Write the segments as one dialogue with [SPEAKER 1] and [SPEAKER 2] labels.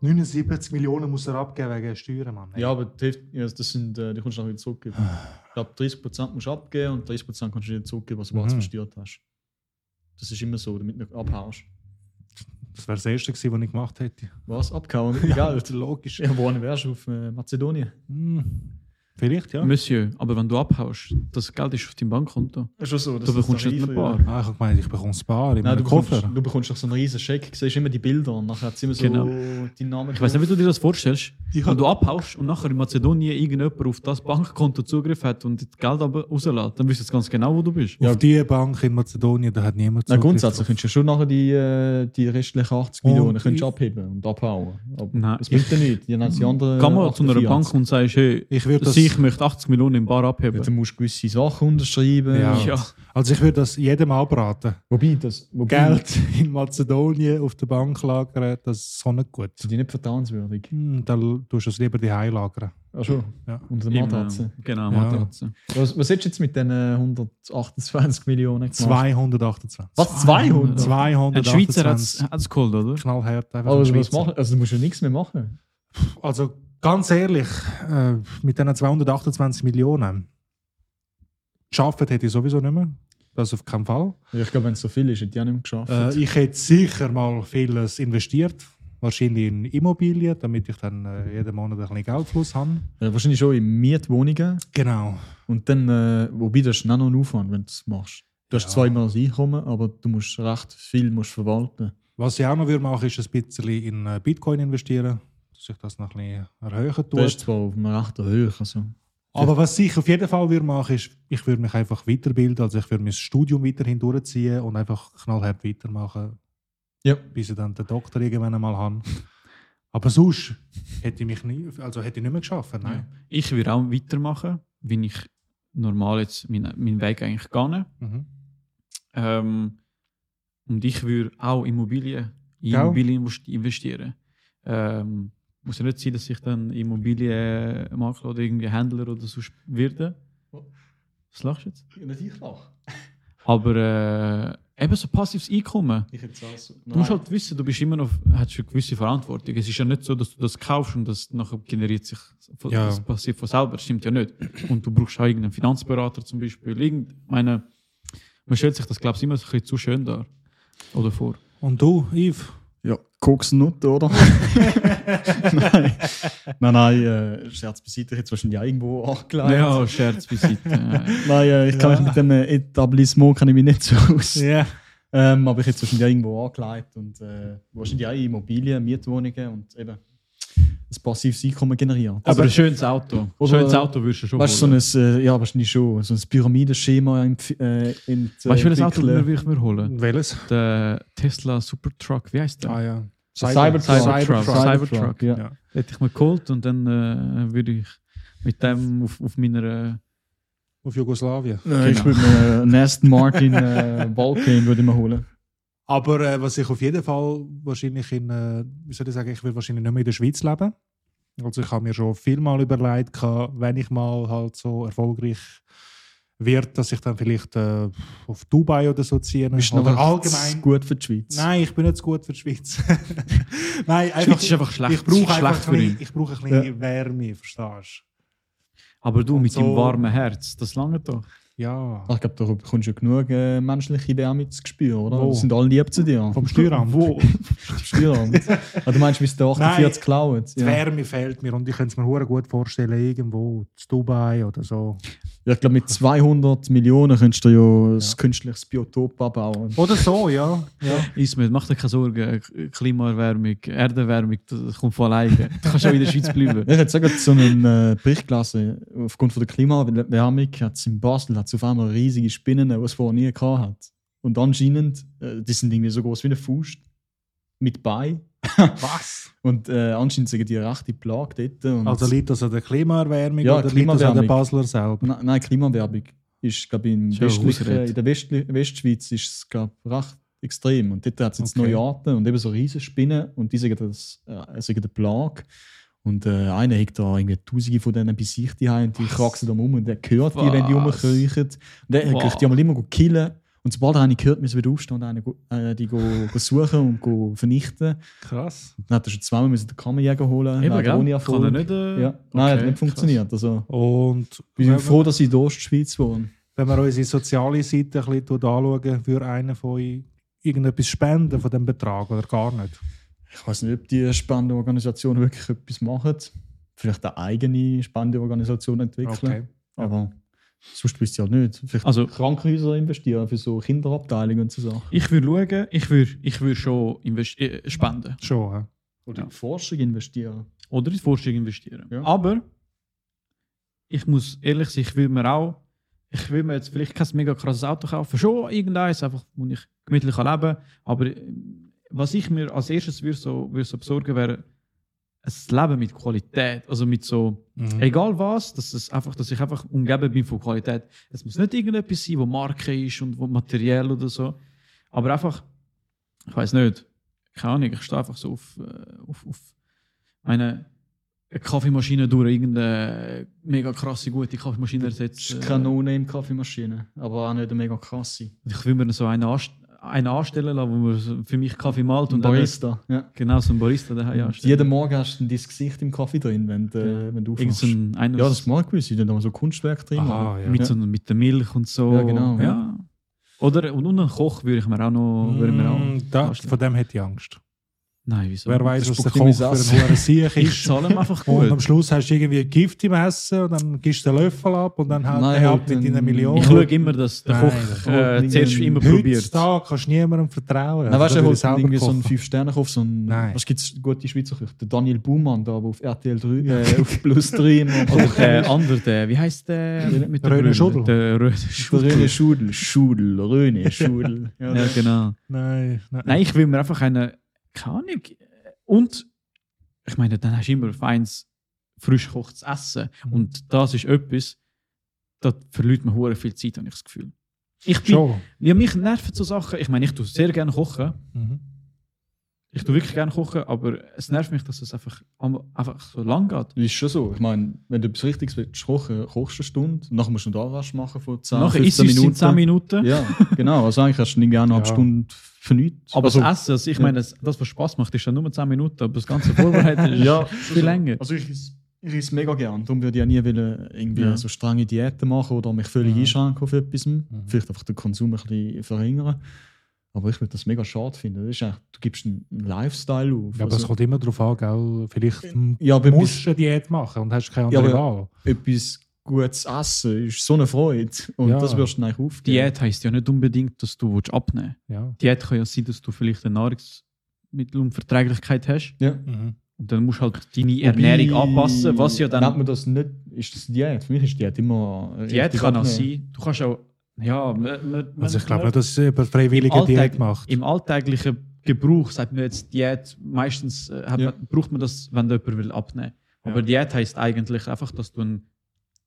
[SPEAKER 1] 79 Millionen muss er abgeben wegen Steuern, Mann.
[SPEAKER 2] Ja, aber die, Hälfte- ja, das sind, äh, die kannst du nachher wieder zurückgeben. Ich glaube, 30% musst du abgeben und 30% kannst du dir zurückgeben, was du bereits
[SPEAKER 1] Mhm.
[SPEAKER 2] verstört hast. Das ist immer so, damit du nicht abhaust.
[SPEAKER 1] Das wäre das Erste gewesen, was ich gemacht hätte.
[SPEAKER 2] Was? Abgehauen? Egal.
[SPEAKER 1] Logisch.
[SPEAKER 2] Ja, wohin wärst du? Auf äh, Mazedonien?
[SPEAKER 1] Hm. Vielleicht, ja.
[SPEAKER 3] Monsieur, aber wenn du abhaust, das Geld ist auf deinem Bankkonto.
[SPEAKER 2] Ist schon so.
[SPEAKER 3] Du bekommst nicht ein paar.
[SPEAKER 1] Ah, ich habe gemeint, ich bekomme ein paar in
[SPEAKER 2] Nein, du
[SPEAKER 1] meinem
[SPEAKER 2] bekommst,
[SPEAKER 1] Koffer.
[SPEAKER 2] du bekommst doch so einen riesen Scheck. Du siehst immer die Bilder und nachher hat es immer so
[SPEAKER 3] Genau.
[SPEAKER 2] die Namen.
[SPEAKER 3] Ich weiß nicht, wie du dir das vorstellst.
[SPEAKER 1] Ich
[SPEAKER 3] Wenn du abhaust und nachher in Mazedonien irgendjemand auf das Bankkonto Zugriff hat und das Geld aber rauslässt, dann wüsstest du ganz genau, wo du bist.
[SPEAKER 1] Auf die Bank in Mazedonien, da hat niemand
[SPEAKER 2] Nein,
[SPEAKER 1] Zugriff
[SPEAKER 2] grundsätzlich
[SPEAKER 1] drauf.
[SPEAKER 2] könntest du schon nachher die, äh, die restlichen 80
[SPEAKER 1] Und
[SPEAKER 2] Millionen könntest du
[SPEAKER 1] ich-
[SPEAKER 2] abheben und abhauen. Aber
[SPEAKER 3] Nein,
[SPEAKER 2] das bringt ja nichts. Die haben die anderen.
[SPEAKER 3] Kann man zu einer
[SPEAKER 2] 48.
[SPEAKER 3] Bank und sagst, hey,
[SPEAKER 1] äh, Ich würde das,
[SPEAKER 3] das ich möchte 80 Millionen im Bar abheben.
[SPEAKER 2] Ja, dann musst du gewisse Sachen unterschreiben.
[SPEAKER 1] Ja.
[SPEAKER 3] Ja.
[SPEAKER 1] also ich würde das jedem abraten.
[SPEAKER 2] Wobei, das, wobei
[SPEAKER 1] Geld in Mazedonien auf der Bank lagern, das ist so nicht gut.
[SPEAKER 2] sind die nicht vertrauenswürdig.
[SPEAKER 1] Hm, Dann tust du es lieber die lagern.
[SPEAKER 2] Ach schon,
[SPEAKER 1] Ja.
[SPEAKER 2] unter der
[SPEAKER 3] Im, äh,
[SPEAKER 2] Matratze.
[SPEAKER 3] Genau,
[SPEAKER 1] Ja.
[SPEAKER 3] Matratze.
[SPEAKER 2] Was, was hast du jetzt mit den äh, 128 Millionen gemacht?
[SPEAKER 1] 228.
[SPEAKER 2] Was, 200?
[SPEAKER 1] 228.
[SPEAKER 3] Ein Schweizer hat es geholt, oder?
[SPEAKER 1] knallhart einfach.
[SPEAKER 2] Also,
[SPEAKER 1] ein
[SPEAKER 2] was
[SPEAKER 1] Schweizer.
[SPEAKER 2] machen? also du musst ja nichts mehr machen.
[SPEAKER 1] Also ganz ehrlich, äh, mit diesen 228 Millionen geschafft hätte ich sowieso nicht mehr. Das auf keinen Fall.
[SPEAKER 2] Ja, Ich glaube, wenn es so viel ist, hätte ich auch nicht mehr geschafft.
[SPEAKER 1] Äh, ich hätte sicher mal vieles investiert. Wahrscheinlich in Immobilien, damit ich dann äh, jeden Monat ein bisschen Geldfluss habe.
[SPEAKER 2] Ja, wahrscheinlich schon in Mietwohnungen.
[SPEAKER 1] Genau.
[SPEAKER 2] Und dann, äh, wobei das ist dann noch ein Aufwand, wenn du es machst. Du hast
[SPEAKER 1] Ja.
[SPEAKER 2] zweimal das Einkommen, aber du musst recht viel musst verwalten.
[SPEAKER 1] Was ich auch noch würde machen, ist ein bisschen in äh, Bitcoin investieren, dass ich das noch ein bisschen erhöhen
[SPEAKER 2] Du
[SPEAKER 1] tue.
[SPEAKER 2] bist zwar auf einer rechten Höhe. Also.
[SPEAKER 1] Aber was ich auf jeden Fall würde machen, ist, ich würde mich einfach weiterbilden. Also ich würde mein Studium weiterhin durchziehen und einfach knallhart weitermachen,
[SPEAKER 2] Ja.
[SPEAKER 1] bis ich dann den Doktor irgendwann einmal habe. Aber sonst hätte ich mich nie, also hätte ich nicht mehr geschafft. Nein.
[SPEAKER 3] Ich würde auch weitermachen, wenn ich normal jetzt meinen meinen Weg eigentlich gehe.
[SPEAKER 1] Mhm.
[SPEAKER 3] Ähm, und ich würde auch Immobilien, in
[SPEAKER 1] Gell?
[SPEAKER 3] Immobilien invest- investieren. Ähm, muss ja nicht sein, dass ich dann Immobilienmakler oder irgendwie Händler oder so werde. Was lachst du jetzt?
[SPEAKER 2] Nicht ich lach.
[SPEAKER 3] Aber äh, eben so passives Einkommen.
[SPEAKER 2] Ich hätte es
[SPEAKER 3] Du musst halt wissen, du bist immer noch, hast eine gewisse Verantwortung. Es ist ja nicht so, dass du das kaufst und das nachher generiert sich, von-
[SPEAKER 1] Ja.
[SPEAKER 3] das passiert von selber. Das stimmt ja nicht. Und du brauchst auch irgendeinen Finanzberater zum Beispiel. Irgend, ich meine, man stellt sich das, glaube ich, immer ein bisschen zu schön dar. Oder vor.
[SPEAKER 1] Und du, Yves?
[SPEAKER 2] Ja, Koksnut, oder? nein, nein, nein äh, Scherz beiseite, ich hätte es wahrscheinlich auch irgendwo angelegt.
[SPEAKER 3] Ja, Scherz beiseite. Äh,
[SPEAKER 2] Nein, äh, ich kann
[SPEAKER 1] Ja.
[SPEAKER 2] mich mit dem äh, Etablissement kann ich mich nicht so aus.
[SPEAKER 1] Ja.
[SPEAKER 2] Ähm, aber ich hätte es wahrscheinlich auch irgendwo angelegt und äh, wahrscheinlich auch in Immobilien, Mietwohnungen und eben ein passives Einkommen generiert.
[SPEAKER 3] aber ein schönes Auto.
[SPEAKER 2] Also, Oder-
[SPEAKER 3] schönes Auto würdest du schon
[SPEAKER 2] Weißt
[SPEAKER 3] holen.
[SPEAKER 2] du, so ein, äh, ja, wahrscheinlich schon, so ein Pyramidenschema in, äh, in
[SPEAKER 3] weißt du, welches Auto würde ich mir holen?
[SPEAKER 1] Welches?
[SPEAKER 3] Der Tesla Supertruck, wie heißt der?
[SPEAKER 1] Ah ja.
[SPEAKER 2] Cybertruck.
[SPEAKER 3] Cybertruck.
[SPEAKER 2] Cybertruck,
[SPEAKER 3] Cybertruck.
[SPEAKER 2] ja.
[SPEAKER 1] Ja.
[SPEAKER 3] Hätte ich mir geholt und dann äh, würde ich mit dem auf, auf meiner. Äh,
[SPEAKER 1] Auf Jugoslawien.
[SPEAKER 2] Äh, Ich
[SPEAKER 3] Genau.
[SPEAKER 2] würde mir einen Aston Martin äh, Vulcan würde ich mir holen.
[SPEAKER 1] Aber äh, was ich auf jeden Fall wahrscheinlich in, äh, wie soll ich sagen, ich will wahrscheinlich nicht mehr in der Schweiz leben. Also ich habe mir schon viel mal überlegt, gehabt, wenn ich mal halt so erfolgreich wird, dass ich dann vielleicht äh, auf Dubai oder so ziehe.
[SPEAKER 2] Bist du
[SPEAKER 1] Oder
[SPEAKER 2] noch
[SPEAKER 1] allgemein.
[SPEAKER 2] gut für die Schweiz?
[SPEAKER 1] Nein, ich bin nicht so gut für die Schweiz. Nein, einfach,
[SPEAKER 3] Schweiz ist einfach schlecht.
[SPEAKER 1] ich brauche
[SPEAKER 3] schlecht
[SPEAKER 1] einfach
[SPEAKER 3] für
[SPEAKER 1] ein
[SPEAKER 3] ihn.
[SPEAKER 1] bisschen, ich brauche ein bisschen Wärme, verstehst
[SPEAKER 3] Aber du
[SPEAKER 1] Und
[SPEAKER 3] mit dem
[SPEAKER 1] so-
[SPEAKER 3] warmen Herz, das lange doch.
[SPEAKER 1] du? Ja.
[SPEAKER 2] Ich glaube, da bekommst du ja genug äh, menschliche Wärme zu spüren, oder?
[SPEAKER 1] Wo?
[SPEAKER 2] Die sind alle lieb zu dir.
[SPEAKER 1] Oh. Vom Steueramt. Wo?
[SPEAKER 2] Steueramt. ah, du meinst, bis der 48
[SPEAKER 1] Nein.
[SPEAKER 2] klauen?
[SPEAKER 1] Die
[SPEAKER 2] Ja.
[SPEAKER 1] Wärme fehlt mir und ich könnte es mir hure gut vorstellen, irgendwo in Dubai oder so.
[SPEAKER 2] ja, ich glaube, mit 200 Millionen könntest du ja, ein künstliches Biotop abbauen.
[SPEAKER 1] Oder so, ja. ja.
[SPEAKER 3] Ismet, mach dir keine Sorgen. K- Klimaerwärmung, Erderwärmung, das kommt von alleine. Du kannst auch in der Schweiz bleiben.
[SPEAKER 2] Ich hätte sogar so einen äh, Bericht gelesen. Aufgrund von der Klimaerwärmung hat es in Basel hat's auf einmal riesige Spinnen, die es vorher nie gehabt hat. Und anscheinend, äh, die sind irgendwie so groß wie eine Faust. Mit Bein.
[SPEAKER 1] Was?
[SPEAKER 2] Und äh, anscheinend sind die rechte Plage dort. Und
[SPEAKER 1] Also liegt das an der Klimaerwärmung
[SPEAKER 2] Ja,
[SPEAKER 1] oder liegt das an der
[SPEAKER 2] Klimaerwärmung.
[SPEAKER 1] Basler selber?
[SPEAKER 2] Nein, nein, Klimawerbung ist, glaube ich, in,
[SPEAKER 3] Ist ja eine
[SPEAKER 2] westlichen-
[SPEAKER 3] Ausrede.
[SPEAKER 2] in der Westli Westschweiz ist es, glaube ich, recht extrem. Und dort hat es jetzt
[SPEAKER 1] Okay.
[SPEAKER 2] neue Arten und eben so Riesenspinnen und die sagen, das äh, sagen eine Plage. Und äh, einer hat da irgendwie tausende von denen bei sich daheim um und die kraxeln da rum und der hört die, wenn die
[SPEAKER 3] Was?
[SPEAKER 2] rumkriechen. Und der
[SPEAKER 3] Wow.
[SPEAKER 2] kriegt die einmal immer gut killen Und sobald einer gehört, müssen wir aufstehen und einen, go- äh, die go, go suchen und go vernichten.
[SPEAKER 1] Krass.
[SPEAKER 2] Dann hat er schon zweimal müssen den Kammerjäger holen
[SPEAKER 3] Eben,
[SPEAKER 2] leider
[SPEAKER 3] gell?
[SPEAKER 2] ohne
[SPEAKER 3] Kann er
[SPEAKER 2] Erfolg.
[SPEAKER 3] nicht. Äh,
[SPEAKER 2] nou, ja. Nein, hat
[SPEAKER 3] okay,
[SPEAKER 2] nicht funktioniert. Also,
[SPEAKER 1] Und
[SPEAKER 2] wir sind
[SPEAKER 1] wenn,
[SPEAKER 2] froh, dass ich in der Ostschweiz wohne.
[SPEAKER 1] wenn wir unsere soziale Seite ein bisschen anschauen, würde einer von euch irgendetwas spenden von dem Betrag oder gar nicht.
[SPEAKER 2] Ich weiß nicht, ob die Spendenorganisation wirklich etwas machen. Vielleicht eine eigene Spendeorganisation entwickeln.
[SPEAKER 1] Okay.
[SPEAKER 2] Aber sonst wüsste ich halt nicht. Vielleicht
[SPEAKER 3] Also-
[SPEAKER 2] Krankenhäuser investieren für so Kinderabteilungen und so Sachen.
[SPEAKER 3] Ich würde schauen, ich würde ich würd schon invest- äh, spenden
[SPEAKER 1] Schon. hä?
[SPEAKER 2] Oder
[SPEAKER 3] Ja.
[SPEAKER 2] in Forschung investieren.
[SPEAKER 3] oder in Forschung investieren.
[SPEAKER 2] Ja.
[SPEAKER 3] Aber ich muss ehrlich sein, ich will mir auch, ich will mir jetzt vielleicht kein mega krasses Auto kaufen, schon irgendeins, einfach, wo ich gemütlich kann leben kann. Aber ähm, was ich mir als erstes würde so, würd so besorgen, wäre ein Leben mit Qualität. Also mit so,
[SPEAKER 1] Mhm.
[SPEAKER 3] egal was, dass, es einfach, dass ich einfach umgeben bin von Qualität. Es muss nicht irgendetwas sein, wo Marke ist und wo Material oder so. Aber einfach, ich weiß nicht, keine Ahnung, ich stehe einfach so auf, äh, auf, auf meine eine Kaffeemaschine durch irgendeine mega krasse, gute Kaffeemaschine
[SPEAKER 2] Das
[SPEAKER 3] ersetzt.
[SPEAKER 2] ist
[SPEAKER 3] äh,
[SPEAKER 2] Kanone im Kaffeemaschine, aber auch nicht eine mega krasse.
[SPEAKER 3] Ich will mir so einen, anst einen anstellen lassen, wo man so für mich Kaffee malt und dann.
[SPEAKER 2] Barista. Mhm. Ja.
[SPEAKER 3] Genau, so ein Barista
[SPEAKER 2] Ah,
[SPEAKER 3] daheim anstellen.
[SPEAKER 2] Jeden Morgen hast du dein Gesicht im Kaffee drin, wenn, du-
[SPEAKER 3] Ja.
[SPEAKER 2] wenn du
[SPEAKER 3] Irgend
[SPEAKER 2] aufwachst.
[SPEAKER 3] so ein, einer
[SPEAKER 2] ja, das mag ich, sind da so Kunstwerke drin.
[SPEAKER 1] Aha, Ah, ja.
[SPEAKER 3] mit, so, mit der Milch und so.
[SPEAKER 2] Ja, genau, ja.
[SPEAKER 3] Oder und, und einen Koch würde ich mir auch noch. Würde ich mir auch
[SPEAKER 1] Mm, da,
[SPEAKER 3] vorstellen.
[SPEAKER 1] von dem hätte ich Angst.
[SPEAKER 3] Nein, wieso?
[SPEAKER 1] Wer weiß,
[SPEAKER 2] das
[SPEAKER 1] was der
[SPEAKER 2] spuckt ihm
[SPEAKER 1] Koch
[SPEAKER 2] ins
[SPEAKER 1] für
[SPEAKER 2] Ass.
[SPEAKER 1] ein hoher Sieg
[SPEAKER 3] ich
[SPEAKER 1] ist.
[SPEAKER 3] zahle ihm einfach
[SPEAKER 1] Und am
[SPEAKER 3] gut.
[SPEAKER 1] Schluss hast du irgendwie Gift im Essen und dann gibst du den Löffel ab und dann haut
[SPEAKER 2] Nein,
[SPEAKER 1] der
[SPEAKER 2] halt
[SPEAKER 1] ab mit
[SPEAKER 2] dann-
[SPEAKER 1] deinen Millionen.
[SPEAKER 3] Ich schaue immer, dass der
[SPEAKER 1] Nein,
[SPEAKER 3] Koch
[SPEAKER 2] das-
[SPEAKER 3] äh, zuerst
[SPEAKER 2] Heute-
[SPEAKER 3] immer probiert.
[SPEAKER 1] Heutzutage kannst du niemandem vertrauen.
[SPEAKER 2] Nein, weißt du,
[SPEAKER 1] da
[SPEAKER 2] er
[SPEAKER 1] würde
[SPEAKER 2] holt
[SPEAKER 1] ich selber
[SPEAKER 2] irgendwie so einen
[SPEAKER 1] kochen.
[SPEAKER 2] 5 sterne kauf so einen,
[SPEAKER 1] Nein.
[SPEAKER 2] was gibt's gute Schweizer Küche? Der Daniel Baumann da, der auf RTL 3, äh, auf Plus 3 immer
[SPEAKER 3] Oder der andere, der, wie heißt der? Mit der
[SPEAKER 1] Röne
[SPEAKER 3] Brille?
[SPEAKER 1] Schudel.
[SPEAKER 3] Der Röne
[SPEAKER 2] Der
[SPEAKER 3] Schudel.
[SPEAKER 2] Röne Schudel, Schudel, Röne Schudel. Ja,
[SPEAKER 3] Ja, genau.
[SPEAKER 1] Nein, nein.
[SPEAKER 3] Nein, ich will mir einfach eine. Keine Ahnung. Und ich meine, dann hast du immer feins, frisch gekochtes Essen.
[SPEAKER 1] Mhm.
[SPEAKER 3] Und das ist etwas, da verliert man hure viel Zeit, habe ich das Gefühl. Ich bin,
[SPEAKER 1] Schon.
[SPEAKER 3] ja, mich nerven so Sachen. Ich meine, ich tue sehr gerne kochen.
[SPEAKER 1] Mhm.
[SPEAKER 3] Ich tue wirklich gerne kochen, aber es nervt mich, dass es einfach, am- einfach so lang geht.
[SPEAKER 2] Das ist schon so. Ich meine, wenn du etwas Richtiges willst kochen, kochst du eine Stunde, nachher musst du einen Anwasch machen von 10,
[SPEAKER 3] Nachher isst
[SPEAKER 2] 15
[SPEAKER 3] du es in
[SPEAKER 2] Minuten.
[SPEAKER 3] 10 Minuten.
[SPEAKER 2] Ja, genau. Also eigentlich hast du irgendwie eineinhalb
[SPEAKER 1] Ja.
[SPEAKER 2] Stunden für nichts.
[SPEAKER 3] Aber
[SPEAKER 2] also,
[SPEAKER 3] das Essen, also ich meine, das, das, was Spaß macht, ist ja nur 10 Minuten, aber das ganze Vorbereiten ist
[SPEAKER 2] Ja,
[SPEAKER 3] viel länger.
[SPEAKER 2] Also ich esse ich esse mega gern. Darum würde ich ja nie wollen, irgendwie
[SPEAKER 3] Ja.
[SPEAKER 2] so strenge Diäten machen oder mich völlig
[SPEAKER 1] Mhm.
[SPEAKER 2] einschränken auf etwas. Vielleicht einfach den Konsum ein bisschen verringern. Aber ich würde das mega schade finden. Das ist echt, du gibst einen einen Lifestyle auf.
[SPEAKER 1] Ja, aber es
[SPEAKER 2] also,
[SPEAKER 1] kommt immer darauf an, gell? vielleicht m-
[SPEAKER 2] ja, aber
[SPEAKER 1] musst du eine Diät machen und hast keine
[SPEAKER 2] Ja,
[SPEAKER 1] andere
[SPEAKER 2] aber-
[SPEAKER 1] Wahl.
[SPEAKER 2] etwas, etwas Gutes essen ist so eine Freude. Und
[SPEAKER 1] Ja.
[SPEAKER 2] das wirst du eigentlich aufgeben.
[SPEAKER 3] Diät heisst ja nicht unbedingt, dass du willst abnehmen
[SPEAKER 1] Ja.
[SPEAKER 3] willst. Diät kann ja sein, dass du vielleicht eine Nahrungsmittelunverträglichkeit hast
[SPEAKER 2] Ja.
[SPEAKER 1] Mhm.
[SPEAKER 3] und dann musst du halt deine Ernährung
[SPEAKER 2] Wobei,
[SPEAKER 3] anpassen, was ja
[SPEAKER 2] Nennt
[SPEAKER 3] dann...
[SPEAKER 2] man das nicht, ist das Diät? Für mich ist Diät immer...
[SPEAKER 3] Diät
[SPEAKER 2] richtig
[SPEAKER 3] kann auch
[SPEAKER 2] abnehmen.
[SPEAKER 3] sein, du kannst auch... Ja, man, man,
[SPEAKER 1] Also ich glaube
[SPEAKER 3] man-
[SPEAKER 1] nicht, dass jemand freiwillige
[SPEAKER 3] Alltag-
[SPEAKER 1] Diät macht.
[SPEAKER 3] Im alltäglichen Gebrauch sagt man jetzt Diät, meistens äh, hat
[SPEAKER 2] Ja.
[SPEAKER 3] man, braucht man das, wenn jemand will abnehmen. Aber Diät heißt eigentlich einfach, dass du einen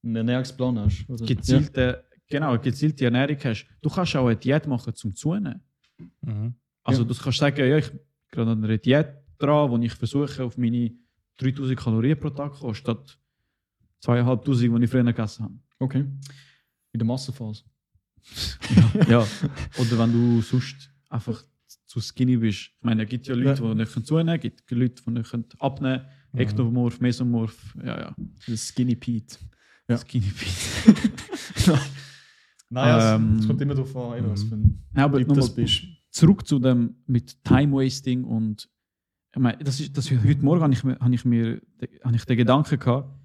[SPEAKER 2] Einen Ernährungsplan hast. Oder?
[SPEAKER 3] gezielten, genau, eine gezielte Ernährung hast. Du kannst auch eine Diät machen zum Zunehmen.
[SPEAKER 1] Mhm.
[SPEAKER 3] Also
[SPEAKER 2] Ja.
[SPEAKER 3] du kannst sagen, ja, ich bin gerade an einer Diät dran, wo ich versuche, auf meine 3000 Kalorien pro Tag zu kommen, statt 2500, die ich früher gegessen habe.
[SPEAKER 2] Ja. Okay. In der Massenphase.
[SPEAKER 3] ja. Oder wenn du sonst einfach zu skinny bist. Ich meine, es gibt ja Leute, die nicht zunehmen können, es gibt Leute, die nicht können abnehmen können.
[SPEAKER 1] Mhm.
[SPEAKER 3] Ektomorph, Mesomorph, ja, ja.
[SPEAKER 2] Der Skinny Pete. Ja.
[SPEAKER 3] Skinny Pete.
[SPEAKER 2] Nein, es-
[SPEAKER 3] Ähm,
[SPEAKER 2] es kommt immer darauf an, eben, was
[SPEAKER 1] mhm.
[SPEAKER 2] für ein
[SPEAKER 3] Nein, aber
[SPEAKER 2] Typ das
[SPEAKER 3] nochmal
[SPEAKER 2] bist.
[SPEAKER 3] zurück zu dem mit Time-Wasting und ich meine, das ist, das, heute Morgen habe ich, mir- habe ich mir habe ich den Gedanken gehabt,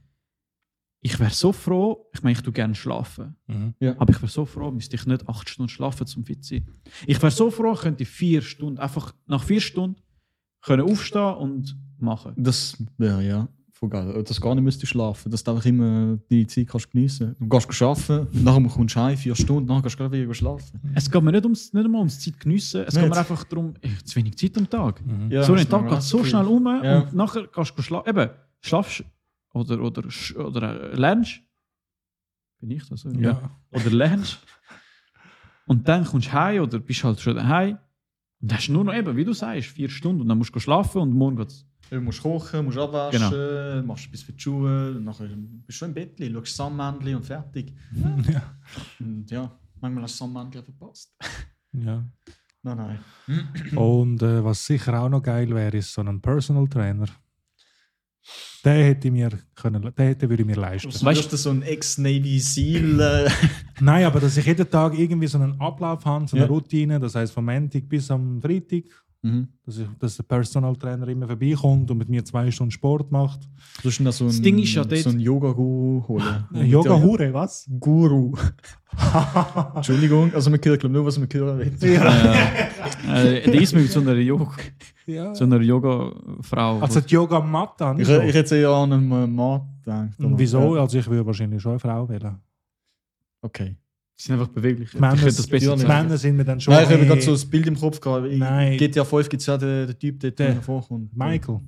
[SPEAKER 3] ich wäre so froh, ich meine, ich tue gerne schlafen.
[SPEAKER 1] Mhm.
[SPEAKER 3] Aber ich wäre so froh, müsste ich nicht acht Stunden schlafen, um fit zu sein. Ich wäre so froh, könnte ich vier Stunden, einfach nach vier Stunden können aufstehen und machen.
[SPEAKER 2] Das wäre ja voll geil. Äh, Dass du gar nicht müsstest schlafen, dass du einfach immer die Zeit kannst geniessen Du gehst arbeiten, nachher kommst du heim, vier Stunden, nachher gehst du gerade wieder schlafen.
[SPEAKER 3] Es geht mir nicht, ums, nicht einmal ums Zeit geniessen, es geht
[SPEAKER 2] Nicht.
[SPEAKER 3] mir einfach darum, ich habe zu wenig Zeit am Tag.
[SPEAKER 1] Mhm.
[SPEAKER 2] Ja,
[SPEAKER 3] so ein
[SPEAKER 2] das
[SPEAKER 3] Tag
[SPEAKER 2] macht
[SPEAKER 3] geht so
[SPEAKER 2] Sinn.
[SPEAKER 3] schnell um
[SPEAKER 2] Ja.
[SPEAKER 3] und nachher kannst du schlafen. Eben, schlafst oder, oder, sch- oder äh, lernst. Bin ich das? oder?
[SPEAKER 1] Ja.
[SPEAKER 3] Oder lernst. Und dann kommst du heim oder bist halt schon daheim. Und hast nur noch eben, wie du sagst, vier Stunden und dann musst du schlafen und morgen geht's.
[SPEAKER 2] Du musst kochen, musst abwaschen, machst etwas für die Schuhe, nachher bist du schon im Bett, schaust Sandmännchen und fertig.
[SPEAKER 1] Ja.
[SPEAKER 2] Und ja, Manchmal hast du Sonnenmantel verpasst.
[SPEAKER 1] Ja.
[SPEAKER 2] Nein, nein.
[SPEAKER 1] Und äh, was sicher auch noch geil wäre, ist so ein Personal Trainer. Den hätte ich mir können, den hätte würde ich mir leisten.
[SPEAKER 2] Du weißt du, so ein Ex-Navy Seal. Äh,
[SPEAKER 1] Nein, aber dass ich jeden Tag irgendwie so einen Ablauf habe, so eine
[SPEAKER 2] Ja.
[SPEAKER 1] Routine, das heißt vom Montag bis am Freitag,
[SPEAKER 2] mhm.
[SPEAKER 1] dass, ich, dass der Personal Trainer immer vorbeikommt und mit mir zwei Stunden Sport macht.
[SPEAKER 2] Du hast so
[SPEAKER 3] Das
[SPEAKER 2] ein-
[SPEAKER 3] Ding ist ja dort-
[SPEAKER 2] so ein Yoga-Guru holen.
[SPEAKER 1] Yoga-Hure, was?
[SPEAKER 2] Guru. Entschuldigung, also man hört glaub, nur, was man hören will.
[SPEAKER 3] Äh, der ist mit so einer Yoga-
[SPEAKER 1] Ja.
[SPEAKER 3] so einer Yoga-Frau.
[SPEAKER 1] Also die Yoga-Matte habe ich
[SPEAKER 2] Ich,
[SPEAKER 1] schon.
[SPEAKER 2] ich hätte ja an einen äh, Mann gedacht.
[SPEAKER 1] Und
[SPEAKER 2] aber-
[SPEAKER 1] wieso?
[SPEAKER 2] Ja,
[SPEAKER 1] Also ich würde wahrscheinlich schon eine Frau wählen.
[SPEAKER 2] Okay.
[SPEAKER 3] die sind einfach beweglich. Ich
[SPEAKER 1] Die Männer,
[SPEAKER 3] könnte das besser
[SPEAKER 1] die
[SPEAKER 3] sagen.
[SPEAKER 1] Männer sind mir dann schon...
[SPEAKER 2] Nein, ich habe
[SPEAKER 1] eh-
[SPEAKER 2] gerade so das Bild im Kopf gehabt. In
[SPEAKER 1] Nein.
[SPEAKER 2] GTA 5 gibt es ja den, den Typ, der
[SPEAKER 1] Der-
[SPEAKER 2] da vorkommt.
[SPEAKER 1] Michael.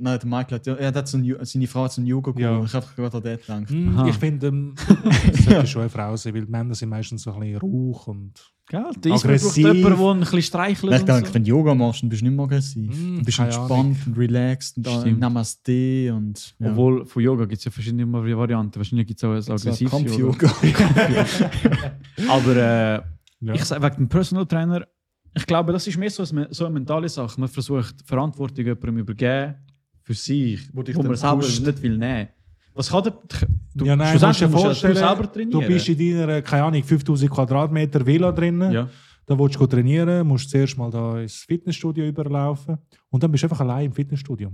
[SPEAKER 2] Nein, der Michael hat, ja- er hat so einen, Ju- seine Frau hat so einen Yoga Guru.
[SPEAKER 1] Ja.
[SPEAKER 2] Ich habe gerade an den gedacht.
[SPEAKER 1] Hm,
[SPEAKER 3] Aha.
[SPEAKER 1] ich finde, ähm, es sollte schon eine Frau sein, weil die Männer sind meistens so ein bisschen rauch und...
[SPEAKER 3] Gell? Der ist braucht
[SPEAKER 1] Aggressiv.
[SPEAKER 3] jemanden, der ein bisschen streichelt.
[SPEAKER 2] Ich denke,
[SPEAKER 3] und so.
[SPEAKER 2] wenn du Yoga machst, dann bist du nicht mehr aggressiv.
[SPEAKER 1] Mm,
[SPEAKER 2] du bist
[SPEAKER 1] keine
[SPEAKER 2] entspannt und relaxed und
[SPEAKER 3] Stimmt.
[SPEAKER 2] Stimmt. Namaste und ja.
[SPEAKER 3] Obwohl, von Yoga gibt es ja verschiedene Varianten. Wahrscheinlich gibt es auch ein
[SPEAKER 2] So
[SPEAKER 3] aggressives Yoga.
[SPEAKER 2] Kampf-Yoga.
[SPEAKER 3] Aber äh,
[SPEAKER 1] Ja.
[SPEAKER 3] ich sage wegen dem Personal Trainer, ich glaube, das ist mehr so, ein- so eine mentale Sache. Man versucht, Verantwortung jemandem übergeben für sich,
[SPEAKER 2] Wo
[SPEAKER 3] wo,
[SPEAKER 2] dich
[SPEAKER 3] man
[SPEAKER 2] dann
[SPEAKER 3] selber
[SPEAKER 2] pusht.
[SPEAKER 3] nicht will nehmen. Was kann der, du,
[SPEAKER 1] ja, nein, musst dir
[SPEAKER 3] schlussendlich musst du
[SPEAKER 1] vorstellen,
[SPEAKER 3] ja selber trainieren.
[SPEAKER 1] du bist in deiner, keine Ahnung, 5000 Quadratmeter Villa drinnen.
[SPEAKER 3] ja.
[SPEAKER 1] Da willst du gut trainieren, musst zuerst mal da ins Fitnessstudio überlaufen und dann bist du einfach allein im Fitnessstudio.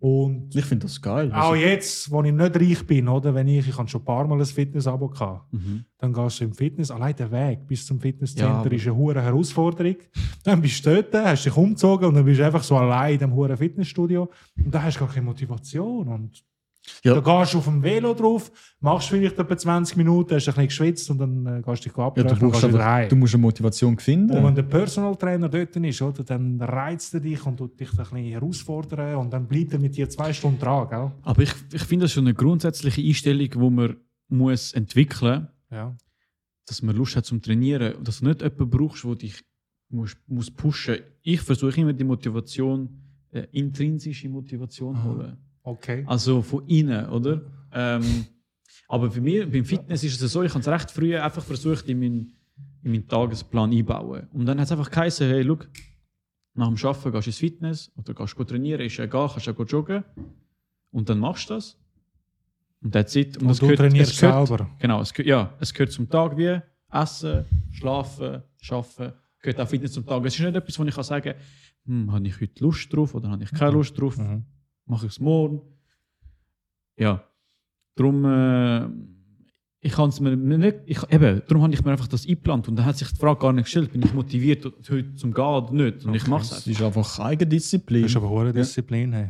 [SPEAKER 1] Und
[SPEAKER 2] Ich finde das geil.
[SPEAKER 3] Also
[SPEAKER 2] Also,
[SPEAKER 1] auch jetzt, wo ich nicht reich bin, oder, wenn ich, ich habe schon ein paar Mal ein Fitness-Abo gehabt,
[SPEAKER 3] Mhm.
[SPEAKER 1] dann gehst du im Fitness, allein der Weg bis zum
[SPEAKER 3] Ja,
[SPEAKER 1] Fitnesscenter
[SPEAKER 3] aber-
[SPEAKER 1] ist eine hure Herausforderung. Dann bist du dort, hast dich umgezogen und dann bist du einfach so allein in dem huren Fitnessstudio und da hast du gar keine Motivation und
[SPEAKER 2] Ja.
[SPEAKER 1] Da gehst du auf dem Velo drauf, machst vielleicht etwa 20 Minuten, hast ein bisschen geschwitzt und dann äh, gehst du dich
[SPEAKER 2] ja,
[SPEAKER 1] abbrechen
[SPEAKER 2] du,
[SPEAKER 1] und
[SPEAKER 2] brauchst
[SPEAKER 1] gehst wieder
[SPEAKER 2] aber,
[SPEAKER 1] heim.
[SPEAKER 2] du musst eine Motivation finden.
[SPEAKER 1] Und wenn der Personal Trainer dort ist, oder, dann reizt er dich und tut dich ein bisschen herausfordern und dann bleibt er mit dir zwei Stunden dran, gell?
[SPEAKER 3] Aber ich, ich finde das schon eine grundsätzliche Einstellung, die man muss entwickeln muss.
[SPEAKER 1] Ja.
[SPEAKER 3] dass man Lust hat zum Trainieren und dass du nicht jemanden brauchst, der dich muss, muss pushen Ich versuche immer die Motivation, äh, intrinsische Motivation
[SPEAKER 1] Aha.
[SPEAKER 3] holen.
[SPEAKER 1] Okay.
[SPEAKER 3] Also von innen, oder? Ähm, aber für mich, beim Fitness ist es so, ich habe es recht früh einfach versucht, in meinen, in meinen Tagesplan einbauen. Und dann hat es einfach geheißen, hey, schau, nach dem Arbeiten gehst du ins Fitness oder gehst gut trainieren, ist ja egal, kannst ja gut joggen. Und dann machst du das. Und that's it.
[SPEAKER 1] Und,
[SPEAKER 3] es
[SPEAKER 1] du
[SPEAKER 3] gehört-
[SPEAKER 1] trainierst
[SPEAKER 3] es gehört-
[SPEAKER 1] selber.
[SPEAKER 3] Genau, es, gehört- ja, es gehört zum Tag wie Essen, Schlafen, Schaffen. Gehört auch Fitness zum Tag. Es ist nicht etwas, wo ich kann sagen kann, hm, habe ich heute Lust drauf oder habe ich keine Lust drauf,
[SPEAKER 1] Mhm.
[SPEAKER 3] mache ich es morgen. Ja, darum, äh, ich kann's mir nicht, ich, eben, darum habe ich mir einfach das eingeplant und dann hat sich die Frage gar nicht gestellt, bin ich motiviert heute zum Gehen oder nicht? Und ich halt. mache es
[SPEAKER 2] Das
[SPEAKER 3] einfach.
[SPEAKER 2] ist einfach
[SPEAKER 1] Das
[SPEAKER 2] Eigendisziplin.
[SPEAKER 1] ist aber hohe Disziplin. hey.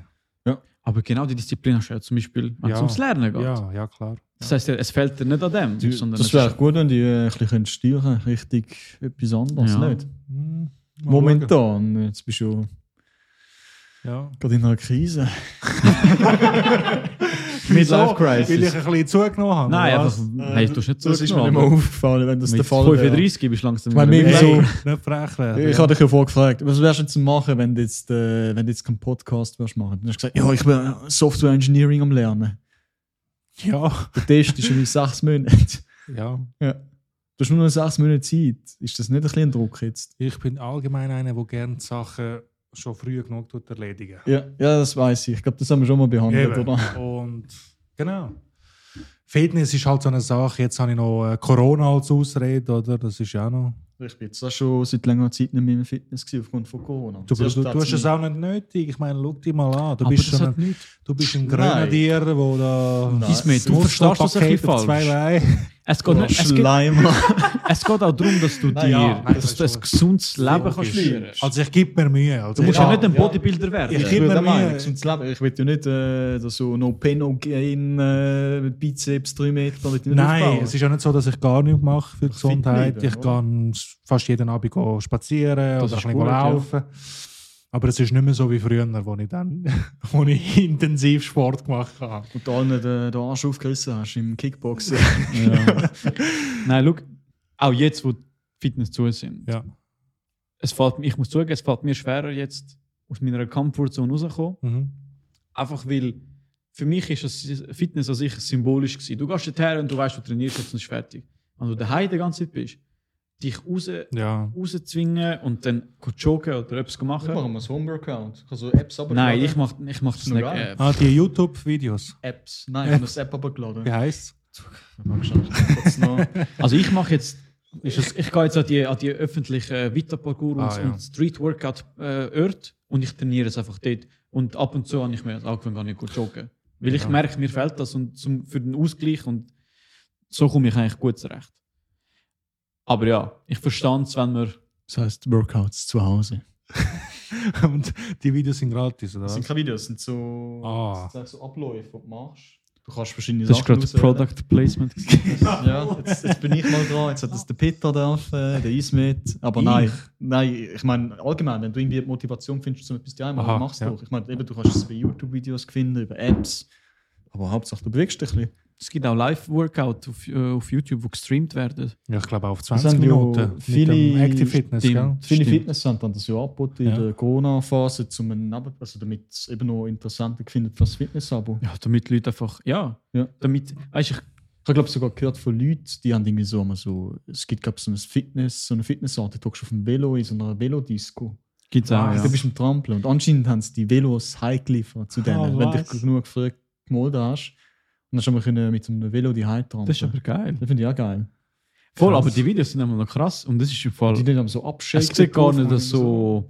[SPEAKER 3] Aber genau die Disziplin hast du ja zum Beispiel, wenn
[SPEAKER 1] Ja.
[SPEAKER 3] es ums Lernen geht.
[SPEAKER 1] Ja, ja, klar.
[SPEAKER 3] Das heisst, ja, es fehlt dir nicht an dem,
[SPEAKER 2] Du-
[SPEAKER 3] sondern
[SPEAKER 2] das
[SPEAKER 3] es
[SPEAKER 2] wäre
[SPEAKER 3] ist-
[SPEAKER 2] gut, wenn die äh, ein bisschen steuern können, richtig etwas anderes.
[SPEAKER 3] Ja.
[SPEAKER 2] Nicht?
[SPEAKER 1] Mhm. Mal schauen.
[SPEAKER 2] Momentan, jetzt bist du
[SPEAKER 1] Ja.
[SPEAKER 2] gerade in einer Krise.
[SPEAKER 1] Wieso? Weil ich ein bisschen zugenommen habe.
[SPEAKER 3] Nein,
[SPEAKER 1] oder
[SPEAKER 3] einfach,
[SPEAKER 1] was?
[SPEAKER 3] nein, du hast nicht
[SPEAKER 2] äh, Das ist mir
[SPEAKER 3] zugenommen.
[SPEAKER 2] nicht mal aufgefallen, wenn das
[SPEAKER 3] Mit
[SPEAKER 2] der Fall wäre.
[SPEAKER 3] 35 bist du langsam
[SPEAKER 2] Ich meine,
[SPEAKER 3] wieder
[SPEAKER 2] mir
[SPEAKER 3] mit.
[SPEAKER 2] so-
[SPEAKER 1] Hey, nicht frech werden.
[SPEAKER 2] Ich
[SPEAKER 1] ja.
[SPEAKER 2] habe dich ja vorher gefragt, was wärst du zu machen, wenn du jetzt, äh, wenn du jetzt keinen Podcast würdest machen Dann hast du gesagt, ja, ich bin Software Engineering am Lernen.
[SPEAKER 1] ja.
[SPEAKER 2] Der Test ist irgendwie sechs Monate.
[SPEAKER 1] ja.
[SPEAKER 2] ja. Du hast nur noch sechs Monate Zeit. Ist das nicht ein bisschen ein Druck jetzt?
[SPEAKER 1] Ich bin allgemein einer, der gerne die Sachen schon früh genug tut erledigen
[SPEAKER 2] Ja, ja das weiß ich. Ich glaube, das haben wir schon mal behandelt,
[SPEAKER 1] Eben.
[SPEAKER 2] oder?
[SPEAKER 1] Und genau. Fitness ist halt so eine Sache. Jetzt habe ich noch äh, Corona als Ausrede, oder? Das ist ja auch noch.
[SPEAKER 2] Ich bin jetzt auch schon seit längerer Zeit nicht mehr im Fitness gewesen, aufgrund von Corona.
[SPEAKER 1] Du, du,
[SPEAKER 2] Zuerst
[SPEAKER 1] du
[SPEAKER 2] hat's
[SPEAKER 1] hast es
[SPEAKER 2] mich-
[SPEAKER 1] auch nicht nötig. Ich meine, schau dich mal an. Du,
[SPEAKER 3] Aber
[SPEAKER 1] bist,
[SPEAKER 3] das
[SPEAKER 1] so
[SPEAKER 3] hat
[SPEAKER 1] ein,
[SPEAKER 3] nichts.
[SPEAKER 1] du bist ein
[SPEAKER 2] Nein.
[SPEAKER 1] Grenadier, der da.
[SPEAKER 2] Nein.
[SPEAKER 3] Ismet, du verstehst das
[SPEAKER 1] Muskelpaket
[SPEAKER 3] ein bisschen
[SPEAKER 1] auf zwei
[SPEAKER 3] falsch.
[SPEAKER 1] Beinen.
[SPEAKER 3] Es geht, nicht, es, geht,
[SPEAKER 2] Schleim.
[SPEAKER 3] es geht auch darum, dass du
[SPEAKER 2] Nein,
[SPEAKER 3] dir
[SPEAKER 2] ja,
[SPEAKER 1] das
[SPEAKER 2] nein,
[SPEAKER 3] dass
[SPEAKER 1] ist
[SPEAKER 3] du ein
[SPEAKER 1] schon-
[SPEAKER 3] gesundes Leben kannst
[SPEAKER 2] logisch.
[SPEAKER 3] führen
[SPEAKER 1] Also, ich gebe mir Mühe. Also,
[SPEAKER 3] Du musst ja,
[SPEAKER 1] ich-
[SPEAKER 3] nicht ein
[SPEAKER 2] ja.
[SPEAKER 3] Bodybuilder werden.
[SPEAKER 1] Ich-
[SPEAKER 2] Ich
[SPEAKER 1] Gib mir
[SPEAKER 2] würde
[SPEAKER 1] Mühe.
[SPEAKER 2] meinen, gesundes Leben. Ich will ja nicht, äh, dass so no pain, no gain, äh, Bizeps 3 Meter. will ich nicht
[SPEAKER 1] Nein,
[SPEAKER 2] aufbauen.
[SPEAKER 1] es ist ja nicht so, dass ich gar nichts mache für die
[SPEAKER 2] Doch fit
[SPEAKER 1] Gesundheit.
[SPEAKER 2] bleiben,
[SPEAKER 1] Ich gehe fast jeden Abend go spazieren oder
[SPEAKER 3] Das
[SPEAKER 1] ein
[SPEAKER 3] ist
[SPEAKER 1] bisschen
[SPEAKER 3] gut, ja.
[SPEAKER 1] laufen. Aber es ist nicht mehr so wie früher, wo ich dann wo ich intensiv Sport gemacht habe.
[SPEAKER 2] Und allen den, den Arsch aufgerissen hast im Kickboxen.
[SPEAKER 3] nein, schau, auch jetzt, wo die Fitness zu sind.
[SPEAKER 1] Ja.
[SPEAKER 3] Es fällt, mir- ich muss zugeben, es fällt mir schwerer, jetzt aus meiner Comfortzone rauszukommen.
[SPEAKER 1] Mhm.
[SPEAKER 3] Einfach weil für mich ist das Fitness an sich symbolisch gewesen. Du gehst dorthin und du weißt, du trainierst jetzt und es ist fertig. Wenn du daheim die ganze Zeit bist, dich raus,
[SPEAKER 1] Ja.
[SPEAKER 3] rauszwingen und dann go joggen oder etwas
[SPEAKER 2] Wir
[SPEAKER 3] machen.
[SPEAKER 2] machen das Homeworkout. Ich kann so Apps
[SPEAKER 3] Nein,
[SPEAKER 2] abladen.
[SPEAKER 3] ich mache ich mach das
[SPEAKER 2] Noch
[SPEAKER 3] nicht.
[SPEAKER 2] gar nicht.
[SPEAKER 3] Äh,
[SPEAKER 1] Ah, die YouTube-Videos.
[SPEAKER 2] Apps. Nein, ich habe das App abgeladen.
[SPEAKER 1] Wie heisst
[SPEAKER 2] Magst du kurz noch?
[SPEAKER 3] Also ich mache jetzt, ich, ich gehe jetzt an die, an die öffentlichen äh,
[SPEAKER 1] Ah,
[SPEAKER 3] Vita-Parcours und,
[SPEAKER 1] ja.
[SPEAKER 3] und Street-Workout-Orte und ich trainiere es einfach dort. Und ab und zu habe ich mir jetzt angefangen, gar nicht gut zu joggen. Weil ich
[SPEAKER 1] Ja.
[SPEAKER 3] merke, mir fehlt das und zum, für den Ausgleich und so komme ich eigentlich gut zurecht. Aber ja, ich verstehe es, wenn man...
[SPEAKER 2] Das heisst Workouts zu Hause.
[SPEAKER 1] es? Und die Videos sind gratis, oder
[SPEAKER 2] Das
[SPEAKER 1] was?
[SPEAKER 2] sind keine Videos, das sind so,
[SPEAKER 1] Ah.
[SPEAKER 2] das sind so Abläufe, die du machst. Du kannst verschiedene auswählen.
[SPEAKER 3] Product Placement.
[SPEAKER 2] Ja, jetzt, jetzt bin ich mal dran. Jetzt hat das der Peter dürfen, der Ismet. Aber
[SPEAKER 1] Ich?
[SPEAKER 2] nein, nein, ich meine, allgemein, wenn du irgendwie die Motivation findest, um etwas zu machen,
[SPEAKER 1] Aha,
[SPEAKER 2] dann machst du
[SPEAKER 1] ja.
[SPEAKER 2] doch. Ich meine, eben, du kannst es bei YouTube-Videos finden, über Apps. Aber Hauptsache, du bewegst dich ein bisschen.
[SPEAKER 3] es gibt auch Live-Workout auf, äh, auf YouTube, die gestreamt werden.
[SPEAKER 1] Ja, ich glaube auf
[SPEAKER 2] Das
[SPEAKER 1] 20
[SPEAKER 2] haben ja
[SPEAKER 1] Minuten.
[SPEAKER 2] viele-
[SPEAKER 1] mit dem Active Fitness,
[SPEAKER 3] Stimmt.
[SPEAKER 1] gell?
[SPEAKER 2] Viele
[SPEAKER 3] Stimmt.
[SPEAKER 2] Fitnesscenter haben das ja angeboten
[SPEAKER 1] Ja.
[SPEAKER 2] in der Corona-Phase, um einen Neben- also damit es eben noch interessanter findet für das Fitness-Abo.
[SPEAKER 3] Ja, damit die Leute einfach... Ja,
[SPEAKER 2] Ja.
[SPEAKER 3] damit... Weißt, ich,
[SPEAKER 2] Ich habe glaube sogar gehört von Leuten, die haben irgendwie so, einmal so es gibt glaube so ein Fitness, so eine Fitnessart, du hockst auf dem Velo in so einer Velodisco.
[SPEAKER 3] gibt's auch,
[SPEAKER 1] Ah,
[SPEAKER 3] ja.
[SPEAKER 2] Du bist am Trampeln und anscheinend haben sie die Velos heimgeliefert zu denen,
[SPEAKER 1] Ah,
[SPEAKER 2] wenn du dich
[SPEAKER 1] was?
[SPEAKER 2] genug früh gemolden hast. Und dann schon mal können mit so einem Velo die Heim trampeln.
[SPEAKER 3] Das ist aber geil.
[SPEAKER 2] das finde ich auch geil.
[SPEAKER 3] Voll,
[SPEAKER 1] Krass.
[SPEAKER 3] aber die Videos sind immer noch krass und das ist im Fall.
[SPEAKER 2] Die nicht am so abschätzen.
[SPEAKER 3] Es sieht gar nicht dass so.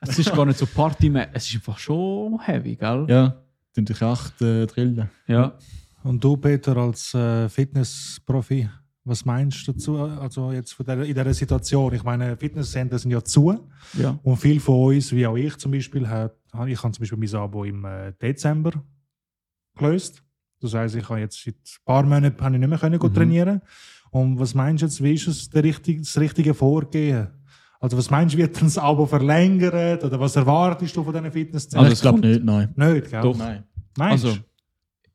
[SPEAKER 3] Es ist gar nicht so Party mehr. Es ist einfach schon heavy, gell?
[SPEAKER 2] Ja, die dich echt äh, drillen.
[SPEAKER 3] Ja.
[SPEAKER 1] Und du, Peter, als äh, Fitnessprofi, was meinst du dazu? Also jetzt von der, in dieser Situation, ich meine, Fitnesscenter sind ja zu
[SPEAKER 3] ja.
[SPEAKER 1] und viele von uns, wie auch ich zum Beispiel, hat, ha- ich habe zum Beispiel mein Abo im äh, Dezember gelöst. Das heisst, ich habe jetzt seit ein paar Monaten habe ich nicht mehr können gut
[SPEAKER 3] Mhm.
[SPEAKER 1] trainieren Und was meinst du jetzt, wie ist es der richtig, das richtige Vorgehen? Also was meinst du, wird das Abo verlängert oder was erwartest du von diesen Fitnesscentern?
[SPEAKER 3] Also,
[SPEAKER 2] ich
[SPEAKER 3] es
[SPEAKER 2] glaube
[SPEAKER 3] kommt-
[SPEAKER 2] nicht, nein.
[SPEAKER 1] Nicht, gell?
[SPEAKER 3] Doch.
[SPEAKER 2] Nein.
[SPEAKER 1] Meinst du?
[SPEAKER 3] Also,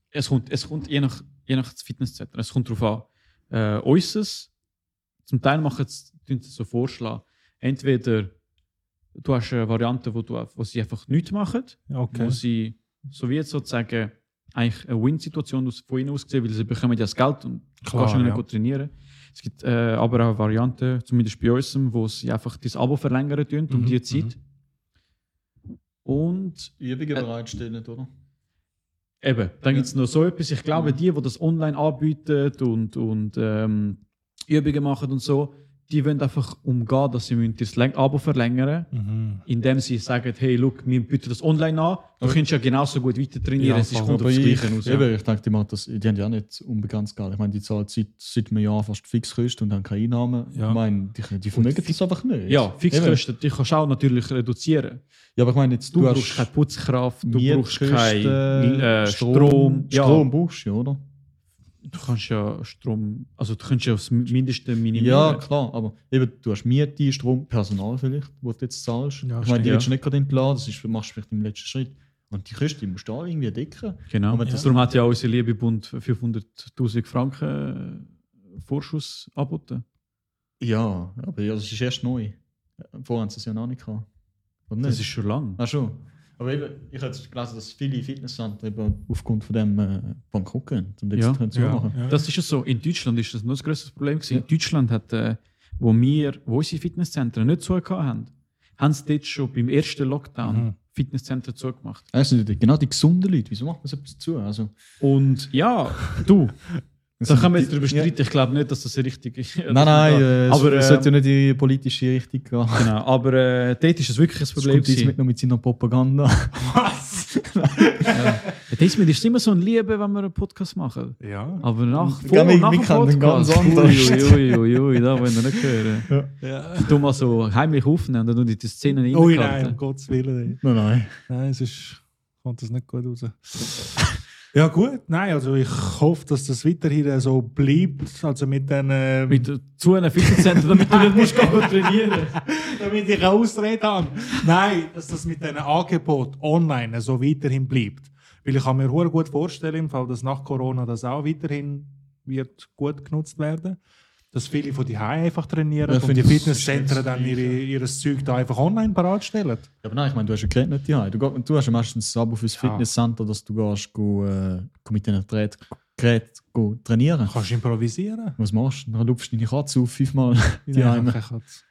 [SPEAKER 3] es kommt, es kommt je nach, je nach Fitnesscenter. Es kommt darauf an. Äh, äußerst, zum Teil machen sie, tun sie so vorschlagen. Entweder du hast eine Variante, wo, du, wo sie einfach nichts machen,
[SPEAKER 1] okay.
[SPEAKER 3] wo sie, so wie jetzt sozusagen, eigentlich eine Win-Situation aus- von ihnen ausgesehen, weil sie bekommen ja das Geld und
[SPEAKER 1] Klar,
[SPEAKER 3] kannst du nicht
[SPEAKER 1] ja.
[SPEAKER 3] gut trainieren. Es gibt äh, aber auch Varianten, zumindest bei uns, wo sie einfach das Abo verlängern tun um
[SPEAKER 1] Mhm,
[SPEAKER 3] die Zeit. Und
[SPEAKER 2] Übungen
[SPEAKER 3] Äh,
[SPEAKER 2] bereitstellen, oder?
[SPEAKER 3] eben, dann gibt es noch so etwas. Ich glaube,
[SPEAKER 2] Mhm.
[SPEAKER 3] die, die das online anbieten und, und ähm, Übungen machen und so, die wollen einfach umgehen, dass sie müssen das Läng- Abo verlängern
[SPEAKER 1] Mhm.
[SPEAKER 3] indem sie sagen, hey, look, wir bieten das online an, du
[SPEAKER 2] Ja.
[SPEAKER 3] kannst ja genauso gut weiter
[SPEAKER 1] Ja,
[SPEAKER 3] trainieren, es ist
[SPEAKER 1] voll.
[SPEAKER 3] gut
[SPEAKER 2] Aber
[SPEAKER 3] aufs
[SPEAKER 2] ich,
[SPEAKER 3] Gleiche aus. Ja.
[SPEAKER 2] eben, ich denke, die, machen das, die haben ja auch nicht unbegrenzt Geld. Ich meine, die zahlen seit, seit einem Jahr fast Fixkosten und haben keine Einnahmen.
[SPEAKER 1] Ja.
[SPEAKER 2] Ich meine, die, die vermögen das einfach nicht.
[SPEAKER 3] ja,
[SPEAKER 2] Eben.
[SPEAKER 3] Fixkosten, die kannst du auch natürlich reduzieren.
[SPEAKER 2] Ja, aber ich meine, jetzt,
[SPEAKER 3] Du,
[SPEAKER 2] du,
[SPEAKER 3] brauchst keine
[SPEAKER 2] hast
[SPEAKER 3] Putzkraft, du brauchst
[SPEAKER 2] Mietkosten,
[SPEAKER 3] keinen äh, Strom.
[SPEAKER 2] Strom,
[SPEAKER 3] Ja,
[SPEAKER 2] Strom brauchst du, ja, oder?
[SPEAKER 3] Du kannst ja Strom, also du kannst ja aufs Mindeste
[SPEAKER 2] Ja,
[SPEAKER 3] minimieren.
[SPEAKER 2] klar, aber eben, du hast Miete, Strom, Personal vielleicht, wo du jetzt zahlst.
[SPEAKER 1] Ja,
[SPEAKER 2] ich meine, die
[SPEAKER 3] stimmt.
[SPEAKER 2] willst du nicht gerade entladen, das ist, machst du vielleicht im letzten Schritt. Und die Kosten, die musst du auch irgendwie decken.
[SPEAKER 3] genau.
[SPEAKER 2] Aber
[SPEAKER 3] Das, darum hat ja auch unser liebe Bund 500'000 Franken äh, Vorschuss angeboten.
[SPEAKER 2] Ja, aber ja, das ist erst neu. Vorher haben sie es ja noch nicht gehabt. Oder
[SPEAKER 3] Das
[SPEAKER 2] nicht?
[SPEAKER 3] ist schon lang.
[SPEAKER 2] Ach schon. Aber eben, ich habe jetzt gelesen, dass viele Fitnesscenter eben aufgrund von dem äh, Bangkok gehen und jetzt
[SPEAKER 3] Ja,
[SPEAKER 2] können sie
[SPEAKER 1] Ja,
[SPEAKER 2] machen.
[SPEAKER 1] ja.
[SPEAKER 3] Das ist ja so. In Deutschland ist das noch das größte Problem. gewesen.
[SPEAKER 2] Ja.
[SPEAKER 3] In Deutschland hat, äh, wo wir, wo unsere Fitnesszentren nicht zugehört haben, haben sie dort schon beim ersten Lockdown
[SPEAKER 1] Mhm.
[SPEAKER 3] Fitnesszentren zugemacht.
[SPEAKER 2] Also genau die gesunden Leute, wieso macht man so etwas zu? Also,
[SPEAKER 3] Und ja, du, da
[SPEAKER 2] sind
[SPEAKER 3] kann man
[SPEAKER 2] die-
[SPEAKER 3] jetzt darüber streiten. Ich glaube nicht, dass das richtig ist.
[SPEAKER 2] Nein, nein, äh,
[SPEAKER 3] aber,
[SPEAKER 2] aber, es
[SPEAKER 3] ähm,
[SPEAKER 2] sollte ja nicht in die politische Richtung gehen.
[SPEAKER 3] Genau, aber äh, dort ist es wirklich ein
[SPEAKER 2] Das
[SPEAKER 3] Problem.
[SPEAKER 2] kommt jetzt
[SPEAKER 3] gewesen.
[SPEAKER 2] mit noch mit seiner Propaganda.
[SPEAKER 1] Was?
[SPEAKER 3] Ja, Diesmal ist es immer so ein Liebe, wenn wir einen Podcast machen.
[SPEAKER 1] Ja.
[SPEAKER 3] Aber nach,
[SPEAKER 2] Gell, wir- wir kennen den ganz anders.
[SPEAKER 3] Uiuiui, ui, ui, da wollen wir nicht hören.
[SPEAKER 1] ja.
[SPEAKER 3] Du mal so heimlich aufnehmen und dann die Szenen
[SPEAKER 1] Oh
[SPEAKER 3] reinkarten.
[SPEAKER 1] nein, um Gottes Willen. Ey.
[SPEAKER 2] nein, nein.
[SPEAKER 1] Nein, sonst kommt das nicht gut raus. Ja gut, nein, also ich hoffe, dass das weiterhin äh, so bleibt. Also mit den... Äh,
[SPEAKER 3] Mit äh, zu einem Fitnesscenter, damit du nicht musst gehen und trainieren.
[SPEAKER 1] damit ich Ausrede habe. Nein, dass das mit diesen Angeboten online so weiterhin bleibt. Weil ich kann mir hure gut vorstellen, im Fall, dass nach Corona das auch weiterhin wird gut genutzt werden. Dass viele von die einfach trainieren
[SPEAKER 2] Ja,
[SPEAKER 1] und die
[SPEAKER 2] finde ich, das ist
[SPEAKER 1] Fitnesszentren
[SPEAKER 2] jetzt
[SPEAKER 1] dann
[SPEAKER 2] gleich,
[SPEAKER 1] ihre, ihr Zeug da einfach online bereitstellen.
[SPEAKER 2] Aber nein, ich meine, du hast ja Gerät nicht daheim. Du, geh- du hast ja meistens ein Abo fürs
[SPEAKER 1] Ja.
[SPEAKER 2] Fitnesscenter, dass du gehst, go, äh, go mit diesen Geräten Gerät go trainieren.
[SPEAKER 1] Kannst du improvisieren?
[SPEAKER 2] Was machst du? Dann lupfst du deine Katze auf fünfmal. Die
[SPEAKER 1] Nein,
[SPEAKER 2] eine.
[SPEAKER 1] keine Katze.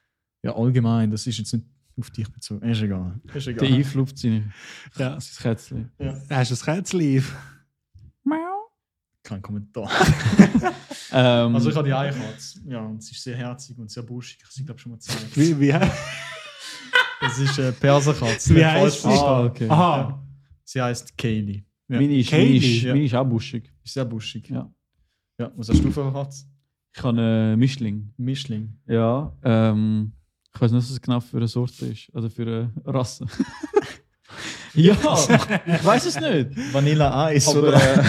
[SPEAKER 2] Ja, allgemein, das ist jetzt nicht auf dich bezogen. Ist egal. Ist
[SPEAKER 3] Der Yves lupft seine,
[SPEAKER 1] Ja.
[SPEAKER 3] sein Kätzchen.
[SPEAKER 1] Hast du ein Kätzchen?
[SPEAKER 2] Kein Kommentar.
[SPEAKER 3] Ähm,
[SPEAKER 2] Also ich habe die eine Katze. Ja, und sie ist sehr herzig und sehr buschig. Ich glaube schon mal gezeigt.
[SPEAKER 1] Wie, wie,
[SPEAKER 2] Das ist eine Perserkatze.
[SPEAKER 1] Wie
[SPEAKER 2] Nicht
[SPEAKER 1] heisst
[SPEAKER 2] falsch
[SPEAKER 1] sie?
[SPEAKER 2] verstehen.
[SPEAKER 3] ah, okay.
[SPEAKER 1] aha.
[SPEAKER 2] Sie heißt Kaylee. Ja.
[SPEAKER 3] Meine ist,
[SPEAKER 1] Katie,
[SPEAKER 3] meine, ist,
[SPEAKER 2] ja.
[SPEAKER 3] meine ist auch buschig.
[SPEAKER 2] Ist sehr buschig.
[SPEAKER 3] Ja.
[SPEAKER 2] ja. Was hast du für eine Katze?
[SPEAKER 3] Ich habe einen Mischling.
[SPEAKER 2] Mischling.
[SPEAKER 3] Ja. Ähm, ich weiß nicht, was es genau für eine Sorte ist. Also für eine Rasse. ja, ich weiß es nicht.
[SPEAKER 2] Vanilla Eis
[SPEAKER 3] Aber,
[SPEAKER 2] oder?
[SPEAKER 3] äh,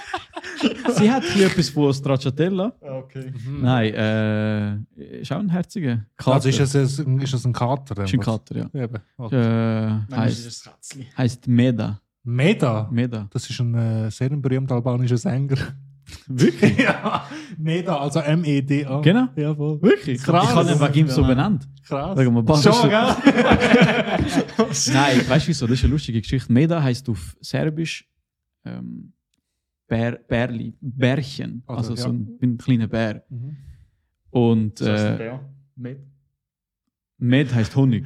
[SPEAKER 3] sie hat hier etwas von Stracciatella.
[SPEAKER 2] Ah, Okay.
[SPEAKER 3] Nein, äh, ist auch ein herziger. Kater.
[SPEAKER 1] Mhm. Also ist es, ein, ist es ein Kater? oder
[SPEAKER 3] Ist ein
[SPEAKER 1] was?
[SPEAKER 3] Kater, ja.
[SPEAKER 1] Eben. Okay.
[SPEAKER 3] Äh,
[SPEAKER 2] Nein, das
[SPEAKER 3] heißt,
[SPEAKER 2] ist ein Katzli.
[SPEAKER 3] heißt Meda.
[SPEAKER 2] Ah.
[SPEAKER 1] Meda.
[SPEAKER 3] Meda.
[SPEAKER 1] Das ist ein äh, sehr berühmter albanischer Sänger.
[SPEAKER 3] Wirklich?
[SPEAKER 1] ja, Meda, also M-E-D-A.
[SPEAKER 3] Genau.
[SPEAKER 1] Jawohl.
[SPEAKER 3] Wirklich?
[SPEAKER 1] Krass.
[SPEAKER 3] Ich habe ihn wegen ihm so
[SPEAKER 2] Ja.
[SPEAKER 3] benannt.
[SPEAKER 1] Krass.
[SPEAKER 3] Wegen einem
[SPEAKER 1] Schon,
[SPEAKER 3] Basel-
[SPEAKER 1] gell?
[SPEAKER 3] Nein, weißt du wieso? Das ist eine lustige Geschichte. Meda heißt auf Serbisch ähm, Bär, Bärli, Bärchen.
[SPEAKER 1] Also,
[SPEAKER 3] Also,
[SPEAKER 1] ja.
[SPEAKER 3] so ein, ein kleiner Bär.
[SPEAKER 1] Mhm.
[SPEAKER 3] Und
[SPEAKER 2] Das heißt ein
[SPEAKER 3] äh,
[SPEAKER 2] Bär. Met.
[SPEAKER 3] Med heißt Honig.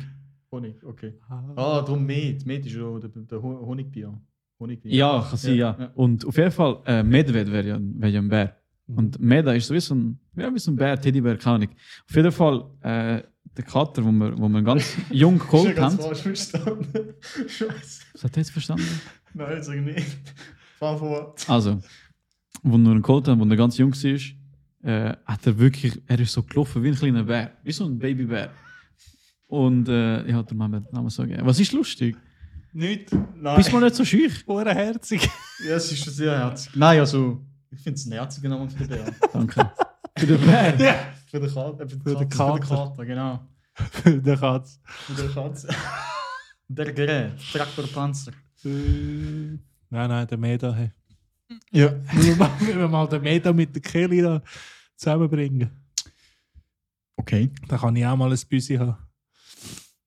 [SPEAKER 2] Honig, okay.
[SPEAKER 1] Ah.
[SPEAKER 2] Ah, darum Met. Met ist ja der, der Ho- Honigbier. Honigbier.
[SPEAKER 3] Ja, kann sein, ja.
[SPEAKER 2] Ja, ja.
[SPEAKER 3] Und auf jeden Fall, äh, Medved wäre ja, wär ja ein Bär.
[SPEAKER 2] Mhm.
[SPEAKER 3] Und Meda ist so wie so ein, ja, wie so ein Bär, Teddybär, keine Ahnung. Auf jeden Fall, äh, der Kater, wo wir, wo wir ganz jung
[SPEAKER 2] Ist ja
[SPEAKER 3] geholt
[SPEAKER 2] ganz
[SPEAKER 3] haben.
[SPEAKER 2] falsch verstanden. Scheiße.
[SPEAKER 3] Was hat er jetzt verstanden?
[SPEAKER 2] Nein, sag nicht. Fahr vor.
[SPEAKER 3] Also, wo wir ihn geholt haben, wo er ganz jung war, äh, hat er wirklich, er ist so gelaufen wie ein kleiner Bär, wie so ein Babybär. Und äh, ich hatte meinen Namen so gegeben. Was ist lustig?
[SPEAKER 1] Nicht.
[SPEAKER 2] Nein.
[SPEAKER 3] Bist du mal nicht so schüch?
[SPEAKER 1] Ohrenherzig.
[SPEAKER 2] Ja, es ist schon sehr herzig. Nein, also, ich finde es ein herziger Name für den Bär.
[SPEAKER 3] Danke. Für den Bär.
[SPEAKER 1] Ja.
[SPEAKER 2] Für den Kater. Äh, für den
[SPEAKER 1] Für den
[SPEAKER 2] Kater, für den
[SPEAKER 1] Kater.
[SPEAKER 2] Kater, genau.
[SPEAKER 1] Der Katz.
[SPEAKER 2] Für den Katze. Der Gerät. Traktorpanzer.
[SPEAKER 1] Äh, Nein, nein, der Meda. Hey.
[SPEAKER 2] Ja.
[SPEAKER 1] Müssen wir mal- müssen wir mal den Meda mit der Kelly da zusammenbringen.
[SPEAKER 2] Okay.
[SPEAKER 1] Dann kann ich auch mal ein Büsi haben.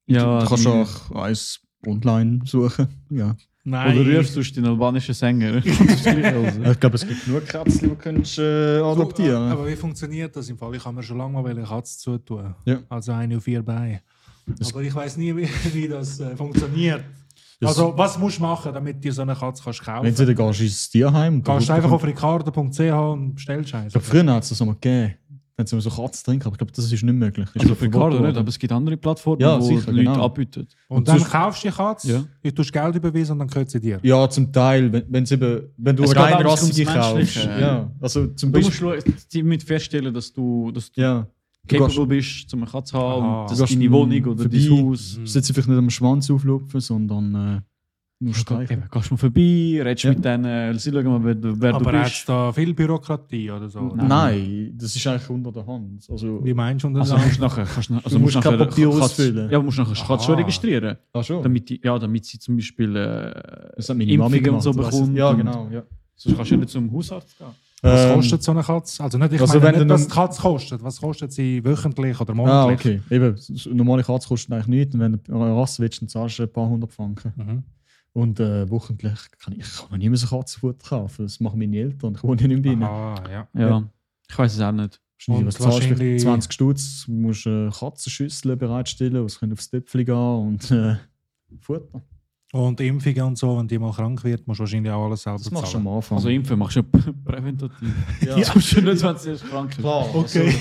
[SPEAKER 3] Ja, dann-
[SPEAKER 2] auch eins online suchen. Ja.
[SPEAKER 1] Nein.
[SPEAKER 3] Oder rufst du den albanischen Sänger? Das ist gleich also.
[SPEAKER 2] Ich glaube, es gibt genug Kätzchen, die kannst, äh,
[SPEAKER 1] Du,
[SPEAKER 2] adoptieren
[SPEAKER 1] Aber wie funktioniert das im Fall? Ich habe mir schon lange mal eine Katze zutun.
[SPEAKER 2] Ja.
[SPEAKER 1] Also eine auf vier Beine.
[SPEAKER 2] Das-
[SPEAKER 1] aber ich weiß nie, wie, wie das äh, funktioniert.
[SPEAKER 2] Das-
[SPEAKER 1] also, was musst du machen, damit du so eine Katze kannst kaufen
[SPEAKER 2] Wenn du dann gehst ins Tierheim. dann
[SPEAKER 1] Gehst du einfach
[SPEAKER 2] bekommst-
[SPEAKER 1] auf ricardo.ch und bestellst
[SPEAKER 2] Ich
[SPEAKER 1] eins.
[SPEAKER 2] glaube, früher hat es das nochmal gegeben. Dann haben sie immer so Katzen drin gehabt. Ich glaube, das ist nicht möglich. Ist
[SPEAKER 3] Also für
[SPEAKER 2] verboten
[SPEAKER 3] Ricardo
[SPEAKER 2] worden.
[SPEAKER 3] nicht, aber es gibt andere Plattformen,
[SPEAKER 2] Ja,
[SPEAKER 3] wo
[SPEAKER 2] sicher,
[SPEAKER 3] die Leute
[SPEAKER 2] genau.
[SPEAKER 3] anbieten.
[SPEAKER 1] Und dann
[SPEAKER 2] sonst-
[SPEAKER 1] kaufst du die Katze,
[SPEAKER 3] Ja.
[SPEAKER 1] du tust Geld überweisen und dann gehört sie dir.
[SPEAKER 2] Ja, zum Teil. Wenn, wenn's eben, wenn du
[SPEAKER 3] Es
[SPEAKER 2] eine
[SPEAKER 3] geht
[SPEAKER 2] rein
[SPEAKER 3] auch ums
[SPEAKER 2] rassige kaufst.
[SPEAKER 3] Menschliche, ja.
[SPEAKER 2] Ja. Also zum
[SPEAKER 3] Du musst
[SPEAKER 2] Beispiel.
[SPEAKER 3] schauen, damit feststellen, dass du, dass du
[SPEAKER 2] Ja. Du gehst-
[SPEAKER 3] capable bist, zum eine Katze zu haben,
[SPEAKER 1] Aha.
[SPEAKER 3] und dass
[SPEAKER 2] Du gehst
[SPEAKER 3] deine Wohnung oder
[SPEAKER 2] vorbei.
[SPEAKER 3] dein Haus.
[SPEAKER 2] Mhm. Sitzt vielleicht nicht am Schwanz auflupfen, sondern äh, nur streichen.
[SPEAKER 3] Eben, gehst mal vorbei, redest
[SPEAKER 2] Ja.
[SPEAKER 3] mit denen, sie schauen mal, wer, du- wer
[SPEAKER 1] aber
[SPEAKER 3] du
[SPEAKER 1] hast
[SPEAKER 3] bist.
[SPEAKER 1] du da viel Bürokratie oder so?
[SPEAKER 3] Nein.
[SPEAKER 2] Nein. das ist eigentlich unter der Hand. Also,
[SPEAKER 1] Wie meinst du das?
[SPEAKER 3] Also musst du nachher, kannst, du- also
[SPEAKER 2] Du musst kein
[SPEAKER 3] nachher-
[SPEAKER 2] Papier
[SPEAKER 3] kannst-
[SPEAKER 2] ausfüllen.
[SPEAKER 3] Ja, du musst nachher
[SPEAKER 1] Aha.
[SPEAKER 3] kannst schon registrieren,
[SPEAKER 2] ah, schon.
[SPEAKER 3] damit, die, ja, damit sie zum Beispiel äh,
[SPEAKER 2] das hat meine Mami
[SPEAKER 3] Impfungen
[SPEAKER 2] gemacht.
[SPEAKER 3] und so
[SPEAKER 2] ich weiss es.
[SPEAKER 3] bekommt.
[SPEAKER 2] Ja,
[SPEAKER 3] und-
[SPEAKER 2] genau. Ja.
[SPEAKER 3] Sonst kannst du ja nicht zum Hausarzt gehen.
[SPEAKER 1] was
[SPEAKER 2] Ähm,
[SPEAKER 1] kostet so eine Katze? Also nicht, ich
[SPEAKER 2] also wenn
[SPEAKER 1] meine
[SPEAKER 2] du
[SPEAKER 1] nicht, was die
[SPEAKER 2] nun-
[SPEAKER 1] Katze kostet. Was kostet sie wöchentlich oder monatlich?
[SPEAKER 2] Ah, okay. Eben, s- s- normale Katze kostet eigentlich nichts. Und wenn du eine Rasse willst, dann zahlst du ein paar hundert Franken.
[SPEAKER 1] Mhm.
[SPEAKER 2] Und äh, wochentlich kann ich, ich kann noch nie mehr so Katzenfutter kaufen. Das machen meine Eltern. Ich wohne ja nicht bei ihnen.
[SPEAKER 1] Ah, ja.
[SPEAKER 3] Ja,
[SPEAKER 2] Ja.
[SPEAKER 3] ich weiß es auch nicht.
[SPEAKER 2] Wahrscheinlich,
[SPEAKER 1] Und
[SPEAKER 2] was zahlst du?
[SPEAKER 1] wahrscheinlich-
[SPEAKER 2] Vielleicht 20 Stutz. Du musst äh, Katzenschüsseln bereitstellen, was können aufs Töpfchen gehen und äh, Futter.
[SPEAKER 1] Und Impfungen und so, wenn die mal krank wird, musst du wahrscheinlich auch alles selber
[SPEAKER 2] Das machst du
[SPEAKER 1] zahlen.
[SPEAKER 2] am Anfang.
[SPEAKER 3] Also impfen machst du ja prä- präventativ.
[SPEAKER 2] ja,
[SPEAKER 3] Sonst nicht, wenn sie erst krank ist.
[SPEAKER 2] klar.
[SPEAKER 1] Okay.
[SPEAKER 2] Also,